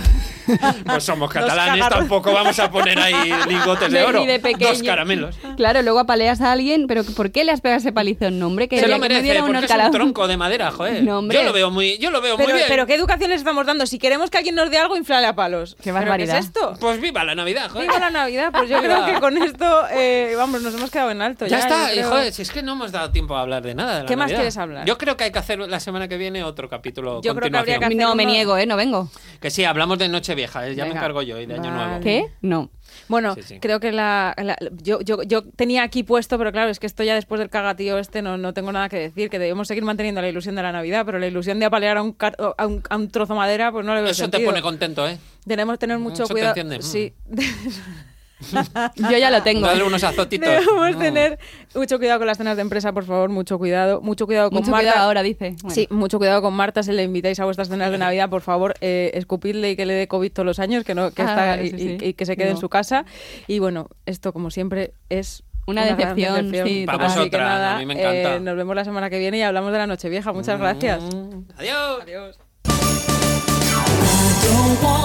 [SPEAKER 2] No somos
[SPEAKER 1] Dos
[SPEAKER 2] catalanes,
[SPEAKER 1] cagar-
[SPEAKER 2] tampoco vamos a poner ahí lingotes de
[SPEAKER 3] Ni
[SPEAKER 2] oro.
[SPEAKER 3] de
[SPEAKER 2] dos
[SPEAKER 3] pequeño.
[SPEAKER 2] caramelos.
[SPEAKER 3] claro, luego apaleas a alguien, pero ¿por qué le has pegado ese palizón? No, hombre, que
[SPEAKER 2] Se
[SPEAKER 3] le-
[SPEAKER 2] lo
[SPEAKER 3] que me
[SPEAKER 2] merece,
[SPEAKER 3] diera un
[SPEAKER 2] porque es
[SPEAKER 3] horcalado.
[SPEAKER 2] un tronco de madera, joder.
[SPEAKER 3] No, hombre.
[SPEAKER 2] yo lo veo muy, yo lo veo pues muy
[SPEAKER 1] Pero,
[SPEAKER 2] bien.
[SPEAKER 1] pero ¿qué educación les estamos dando? Si queremos que alguien nos dé algo, inflale a palos.
[SPEAKER 3] Qué
[SPEAKER 1] ¿Pero
[SPEAKER 3] barbaridad.
[SPEAKER 1] ¿Qué es esto?
[SPEAKER 2] Pues viva la Navidad, joder.
[SPEAKER 1] Viva la Navidad, pues yo creo que con esto, eh, vamos, nos hemos quedado en alto.
[SPEAKER 2] Ya
[SPEAKER 1] Ya,
[SPEAKER 2] está,
[SPEAKER 1] yo
[SPEAKER 2] y
[SPEAKER 1] creo.
[SPEAKER 2] joder, si es que no hemos dado tiempo a hablar de nada. de la
[SPEAKER 1] ¿Qué más
[SPEAKER 2] Navidad.
[SPEAKER 1] quieres hablar?
[SPEAKER 2] Yo creo que hay que hacer la semana que viene otro capítulo.
[SPEAKER 1] Yo creo que habría que
[SPEAKER 2] continuación.
[SPEAKER 1] hacer
[SPEAKER 3] No, me
[SPEAKER 1] uno-
[SPEAKER 3] niego, ¿eh? No vengo.
[SPEAKER 2] Que sí, hablamos de Nochevieja, eh, ya me
[SPEAKER 1] Venga.
[SPEAKER 2] encargo yo y de Año
[SPEAKER 1] Vale.
[SPEAKER 2] Nuevo.
[SPEAKER 3] ¿Qué? No.
[SPEAKER 1] Bueno,
[SPEAKER 2] Sí, sí.
[SPEAKER 1] creo que la, la- yo, yo, yo tenía aquí puesto, pero claro, es que esto ya después del cagatío este no, no tengo nada que decir, que debemos seguir manteniendo la ilusión de la Navidad, pero la ilusión de apalear a un, car- a un, a un trozo madera, pues no le veo
[SPEAKER 2] Eso te
[SPEAKER 1] sentido.
[SPEAKER 2] pone contento, ¿eh?
[SPEAKER 1] Tenemos que tener mucho
[SPEAKER 2] Eso te
[SPEAKER 1] cuidado.
[SPEAKER 2] entiende.
[SPEAKER 1] Sí.
[SPEAKER 3] Yo ya lo tengo. ¿eh?
[SPEAKER 2] Dale unos azotitos.
[SPEAKER 1] Debemos
[SPEAKER 2] No.
[SPEAKER 1] tener mucho cuidado con las cenas de empresa, por favor, mucho cuidado. Mucho cuidado con
[SPEAKER 3] Mucho
[SPEAKER 1] Marta.
[SPEAKER 3] cuidado ahora, dice. Bueno.
[SPEAKER 1] Sí, mucho cuidado con Marta. Si le invitáis a vuestras cenas de Navidad, por favor, eh, escupidle y que le dé COVID todos los años, que no, que
[SPEAKER 3] Ah,
[SPEAKER 1] está-
[SPEAKER 3] vale,
[SPEAKER 1] y,
[SPEAKER 3] sí,
[SPEAKER 1] y-
[SPEAKER 3] sí.
[SPEAKER 1] y que se quede en
[SPEAKER 3] No.
[SPEAKER 1] su casa. Y bueno, esto como siempre es
[SPEAKER 3] Una
[SPEAKER 1] gran Eh,
[SPEAKER 3] decepción, sí,
[SPEAKER 2] Pa' total. vosotras, a mí me encanta. Mm.
[SPEAKER 1] nos vemos la semana que viene y hablamos de la Nochevieja. Muchas gracias.
[SPEAKER 2] Adiós.
[SPEAKER 1] Adiós.
[SPEAKER 4] don't want